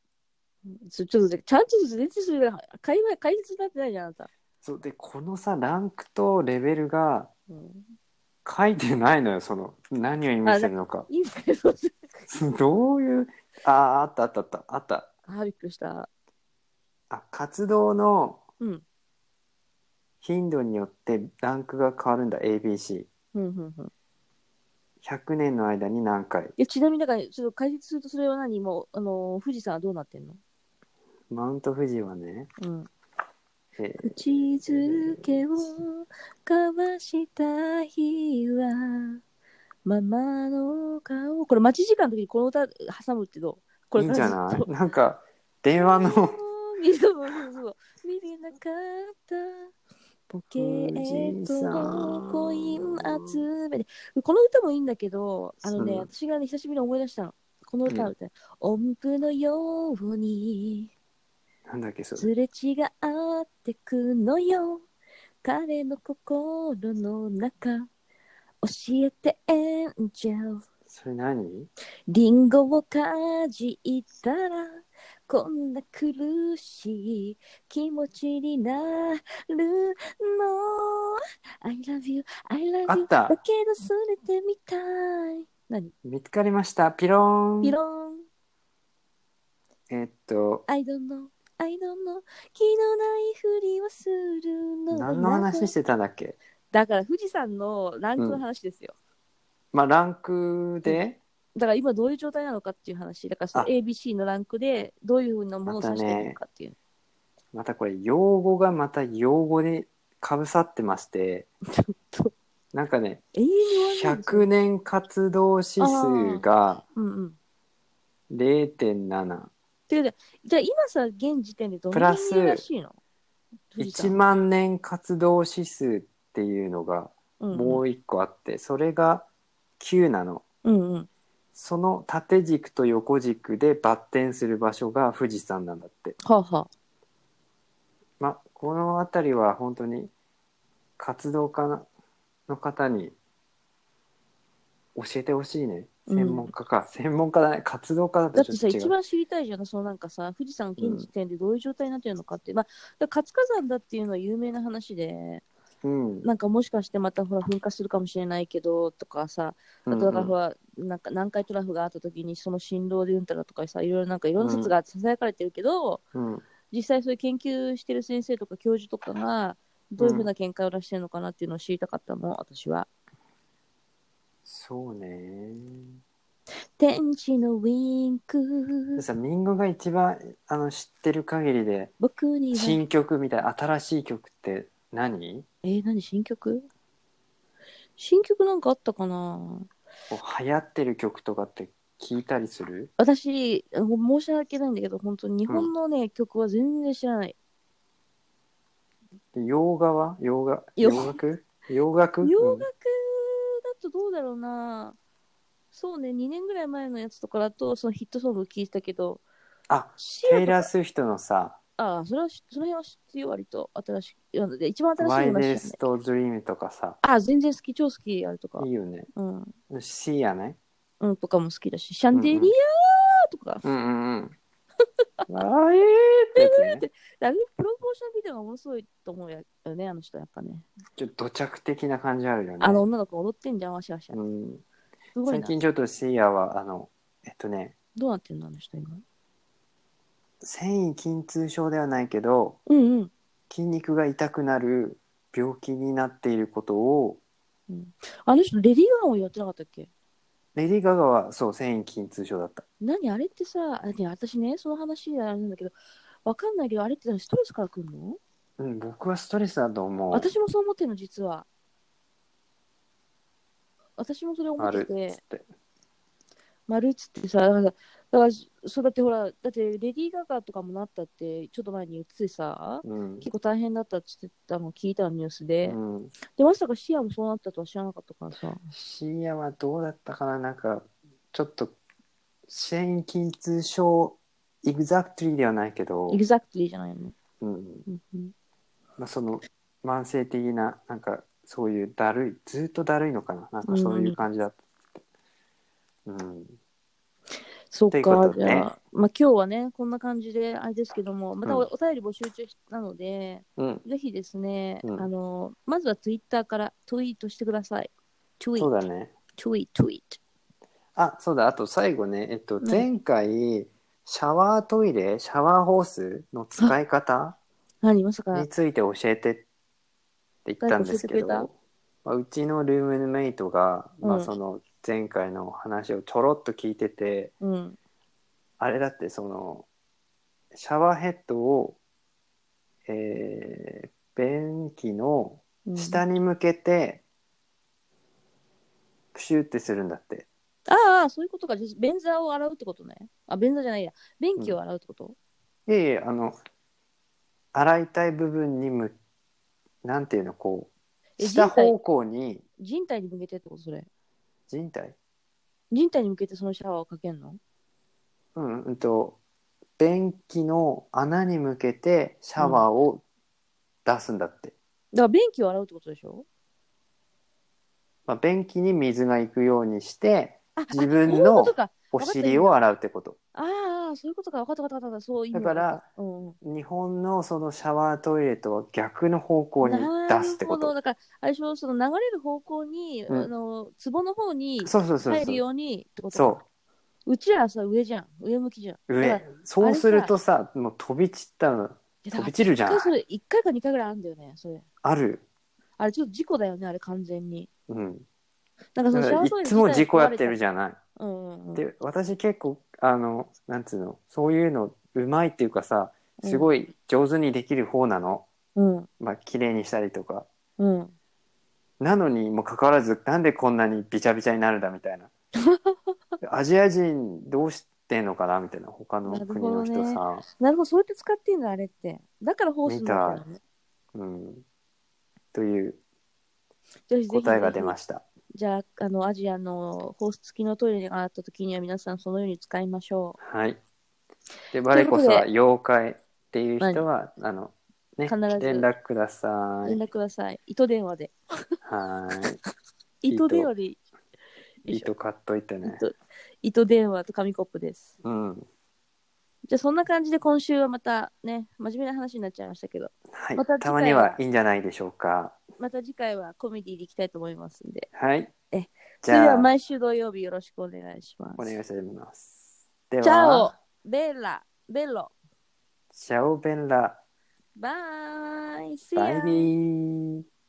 Speaker 1: ちょちょっとちゃんと全然それ会話解説になってないじゃんあなた、
Speaker 2: そうでこのさランクとレベルが
Speaker 1: うん、
Speaker 2: 書いてないのよその何を意味してるのか
Speaker 1: いいんですけど
Speaker 2: どういうああったあったあったあった
Speaker 1: あーびっくりした
Speaker 2: あ活動の
Speaker 1: うん
Speaker 2: 頻度によってランクが変わるんだ ABC100
Speaker 1: うんうんうん
Speaker 2: 年の間に何回
Speaker 1: えちなみにだからちょっと解説するとそれは何もうあのー富士山はどうなってんの
Speaker 2: マウント富士はね、
Speaker 1: うん
Speaker 2: えー
Speaker 1: 口づけを交わした日はママの顔これ待ち時間の時にこの歌挟むってどうこれ
Speaker 2: いいんじゃな
Speaker 1: ずっと
Speaker 2: いなんか電話の
Speaker 1: そうそうそう見れなかったポケットのコイン集めてこの歌もいいんだけどあのね、
Speaker 2: うん
Speaker 1: 私がね久しぶりに思い出したのこの歌を歌う、音符のように
Speaker 2: なんだっけそれ
Speaker 1: すれ違ってくのよ彼の心の中教えてエンジェル
Speaker 2: それ何
Speaker 1: リンゴをかじったらこんな苦しい気持ちになるの I love you, I love you
Speaker 2: あった
Speaker 1: だけどそれてみたい何
Speaker 2: 見つかりましたピローン
Speaker 1: ピローン
Speaker 2: えーっと
Speaker 1: I don't know, I don't know 気のないふりをするの
Speaker 2: 何の話してたんだっけ
Speaker 1: だから富士山のランクの話ですよ、
Speaker 2: まあランクで
Speaker 1: だから今どういう状態なのかっていう話だからその
Speaker 2: あ
Speaker 1: ABC のランクでどういうふうなものを指してるのかっていう、
Speaker 2: またこれ用語がまた用語でかぶさってまして
Speaker 1: ちょっと
Speaker 2: なんかね
Speaker 1: 永遠に終わんないですよ
Speaker 2: 100年活動指数が
Speaker 1: うんうん
Speaker 2: 0.71
Speaker 1: ていうかじゃあ今さ現時点でどのぐらいいるらしいの富士山
Speaker 2: 万年活動指数っていうのが
Speaker 1: うん
Speaker 2: もう一個あって、それが9なの
Speaker 1: うんうん
Speaker 2: その縦軸と横軸でバッテンする場所が富士山なんだって
Speaker 1: はあ、は
Speaker 2: まあこの辺りは本当に活動家なの方に教えてほしいね
Speaker 1: うん
Speaker 2: 専門家か、専門家だね活動家だ
Speaker 1: あ、だ
Speaker 2: と
Speaker 1: って
Speaker 2: ち
Speaker 1: さ
Speaker 2: ょっと違
Speaker 1: 一
Speaker 2: う
Speaker 1: 番知りたいじゃんそのなんかさ富士山現時点でどういう状態になってるのかって、まあだから活火山だっていうのは有名な話で
Speaker 2: うん
Speaker 1: なんかもしかしてまたほら噴火するかもしれないけどとかさあとだからほら、なんか南海トラフがあった時にその振動でうんたらとかさいろいろなんかいろんな説がささやかれてるけど、
Speaker 2: うんうん
Speaker 1: 実際そういう研究してる先生とか教授とかがどういうふうな見解を出してるのかなっていうのを知りたかったの、私は。
Speaker 2: そうね
Speaker 1: 天地のウィン
Speaker 2: で
Speaker 1: ク
Speaker 2: さミンゴが一番あの知ってる限りで
Speaker 1: 僕には
Speaker 2: 新曲みたいな新しい曲って何
Speaker 1: えー、何新曲新曲なんかあったかな
Speaker 2: こう流行ってる曲とかって聞いたりする
Speaker 1: 私あの申し訳ないんだけど本当に日本のね、曲は全然知らない
Speaker 2: で洋画は洋画
Speaker 1: 洋
Speaker 2: 洋楽洋楽
Speaker 1: 洋楽だとどうだろうな。そうね、2年ぐらい前のやつとかだと、そのヒットソング聞いてたけど、
Speaker 2: あ
Speaker 1: シ
Speaker 2: テイ
Speaker 1: ラ
Speaker 2: ラー・スウィフトのさ
Speaker 1: ああ、それはし、その辺は知ってるよ、割と新しい。なので、一番
Speaker 2: 「
Speaker 1: 新しい
Speaker 2: マイ・
Speaker 1: の
Speaker 2: デ
Speaker 1: で
Speaker 2: イ
Speaker 1: す
Speaker 2: ス
Speaker 1: ね。
Speaker 2: ト・ドリーム」とかさ
Speaker 1: ああ、全然好き、超好き、あれとか
Speaker 2: い。いよね
Speaker 1: うん。
Speaker 2: 「C」やね
Speaker 1: うん、とかも好きだし、シャンデリアーとか、
Speaker 2: うんうんうん ああええってやつ ね
Speaker 1: あれプロポーションビデオが面白いと思うよね、あの人、やっぱね。
Speaker 2: ちょっと土着的な感じあるよね
Speaker 1: あの女の子踊ってんじゃん、わしわしゃ
Speaker 2: う。ん
Speaker 1: すごい
Speaker 2: 最
Speaker 1: な。
Speaker 2: 近ちょっとシーヤはあのえっとね
Speaker 1: どうなってんの、あの人、今。
Speaker 2: 繊維筋痛症ではないけど
Speaker 1: うんうん。
Speaker 2: 筋肉が痛くなる病気になっていることを
Speaker 1: あの人、レディー・ガンをやってなかったっけ
Speaker 2: レディー・ガガはそう繊維筋痛症だった
Speaker 1: 何あれってさ、あね、私ね、その話あれなんだけど、わかんないけど、あれってストレスからくるの
Speaker 2: うん僕はストレスだと思う
Speaker 1: 私もそう思ってるの、実は。私もそれ思
Speaker 2: あ
Speaker 1: って
Speaker 2: る
Speaker 1: て
Speaker 2: っつ。って
Speaker 1: 丸っつってさ、だから、だからそうだってほら、だってレディー・ガガとかもなったって、ちょっと前に言っててさ、
Speaker 2: うん
Speaker 1: 結構大変だったって言ってたのを聞いたのニュースで、
Speaker 2: うん
Speaker 1: で、まさか視野もそうなったとは知らなかったからさ、
Speaker 2: シーヤはどうだったかななんかちょっと繊維筋痛症エグザクトリーではないけど
Speaker 1: エ、グザクトリーじゃないよね。
Speaker 2: うん、
Speaker 1: うんうん
Speaker 2: まあ、その慢性的ななんかそういうだるいずっとだるいのかななんかそういう感じだったうん、
Speaker 1: そっ
Speaker 2: というこ
Speaker 1: か、
Speaker 2: と
Speaker 1: じ
Speaker 2: で
Speaker 1: ゃあ、まあ今日はね、こんな感じで、あれですけども、またお,、
Speaker 2: うん
Speaker 1: お便り募集中なので、
Speaker 2: うん、
Speaker 1: ぜひですね、
Speaker 2: うん
Speaker 1: あの、まずはツイッターからツイートしてください。ツイー
Speaker 2: そう
Speaker 1: ト、
Speaker 2: だね
Speaker 1: ツイート、ツイート。
Speaker 2: あそうだあと最後ねえっと
Speaker 1: ん
Speaker 2: 前回シャワートイレシャワーホースの使い方
Speaker 1: 何、まさか
Speaker 2: に、ついて教えてって言ったんですけ
Speaker 1: 誰か教えて
Speaker 2: ど、まあ、うちのルームメイトが、ま
Speaker 1: う
Speaker 2: あ、
Speaker 1: ん
Speaker 2: その前回の話をちょろっと聞いてて、
Speaker 1: うん。
Speaker 2: あれだってそのシャワーヘッドを、えー便器の
Speaker 1: うん、
Speaker 2: 下
Speaker 1: あ
Speaker 2: に向けてプシュってするんだって、
Speaker 1: あ、そういうことか。じゃあ便座を洗うってことね。あ、便座じゃないや。便器を洗うってこと、
Speaker 2: いえいえあの洗いたい部分にむなんていうのこう
Speaker 1: え
Speaker 2: 下
Speaker 1: 人体
Speaker 2: 方向に
Speaker 1: 人体に向けてってことそれ。
Speaker 2: 人体
Speaker 1: 人体に向けてそのシャワーをかけんの
Speaker 2: うんうんと便器の穴に向けてシャワーを出すんだって、
Speaker 1: だから便器を洗うってことでしょ
Speaker 2: まあ、便器に水が行くようにして
Speaker 1: ああ
Speaker 2: 自分の
Speaker 1: そういうことか
Speaker 2: お尻を洗うってこと
Speaker 1: ああ、そういうことか。分かった分かった分かった。そういう意
Speaker 2: だ
Speaker 1: 味
Speaker 2: から、
Speaker 1: うんうん、
Speaker 2: 日本のそのシャワートイレとは逆の方向に
Speaker 1: な
Speaker 2: 出
Speaker 1: る
Speaker 2: すってこ
Speaker 1: ほど。
Speaker 2: と。
Speaker 1: だから、あれでしょ、その流れる方向に、
Speaker 2: うん
Speaker 1: あの、壺の方に
Speaker 2: そうそうそう
Speaker 1: 入る
Speaker 2: そう。
Speaker 1: ようにってことか
Speaker 2: そう
Speaker 1: ちらはさ、上じゃん。上向きじゃん。
Speaker 2: う
Speaker 1: だ
Speaker 2: 上
Speaker 1: から。
Speaker 2: そうするとさもう飛び散ったの
Speaker 1: いやだか
Speaker 2: 飛
Speaker 1: ら
Speaker 2: び散るじ
Speaker 1: 一
Speaker 2: ゃん
Speaker 1: 回。それ、一回か二回ぐらいあるんだよね、それ。
Speaker 2: ある。
Speaker 1: あれ、ちょっと事故だよね、あれ、完全に。
Speaker 2: うん。
Speaker 1: なんかその
Speaker 2: だか
Speaker 1: シャ
Speaker 2: ら
Speaker 1: ワ
Speaker 2: い
Speaker 1: ートイレ
Speaker 2: つも事故やってる
Speaker 1: じ
Speaker 2: じゃ
Speaker 1: ゃ
Speaker 2: ない。
Speaker 1: ん。うんうんうん。
Speaker 2: で私結構あのなんつうのそういうのうまいっていうかさ
Speaker 1: うん
Speaker 2: すごい上手にできる方なの。
Speaker 1: うん。
Speaker 2: まあ綺麗にしたりとか。
Speaker 1: うん。
Speaker 2: なのにもかかわらずなんでこんなにびちゃびちゃになるんだ みたいなアジア人どうしてんのかなみたいな他の国の人
Speaker 1: なるほ
Speaker 2: さ、
Speaker 1: なるほど、そうやって使ってんだ、あれって。だからホースになったのね。
Speaker 2: うん、という
Speaker 1: ぜひぜひ
Speaker 2: 答えが出ました
Speaker 1: じゃあ、あの、アジアのホース付きのトイレがあった時には皆さんそのように使いましょ
Speaker 2: はいでバレコスは妖怪っていう人はあのね
Speaker 1: 必ず
Speaker 2: 連絡くださ
Speaker 1: う。連
Speaker 2: い
Speaker 1: 絡ください。糸電話で。
Speaker 2: は
Speaker 1: 糸電話でいい。
Speaker 2: いいいと買っといてね
Speaker 1: 糸糸電話と紙コップです。
Speaker 2: うん
Speaker 1: じゃあ、そんな感じで今週はまたね、真面目な話になっちゃいましたけど、
Speaker 2: はい
Speaker 1: また次回は
Speaker 2: たまにはいいんじゃないでしょうか
Speaker 1: また次回はコメディでいきたいと思いますんで。
Speaker 2: はい
Speaker 1: えそ
Speaker 2: じ
Speaker 1: れで
Speaker 2: ゃ
Speaker 1: は
Speaker 2: あ
Speaker 1: 毎週土曜日よろしくお願いします。
Speaker 2: お願いしますでは
Speaker 1: チャオベラベロ
Speaker 2: チャオベンラ
Speaker 1: バイ See
Speaker 2: バイ
Speaker 1: ya!
Speaker 2: ビー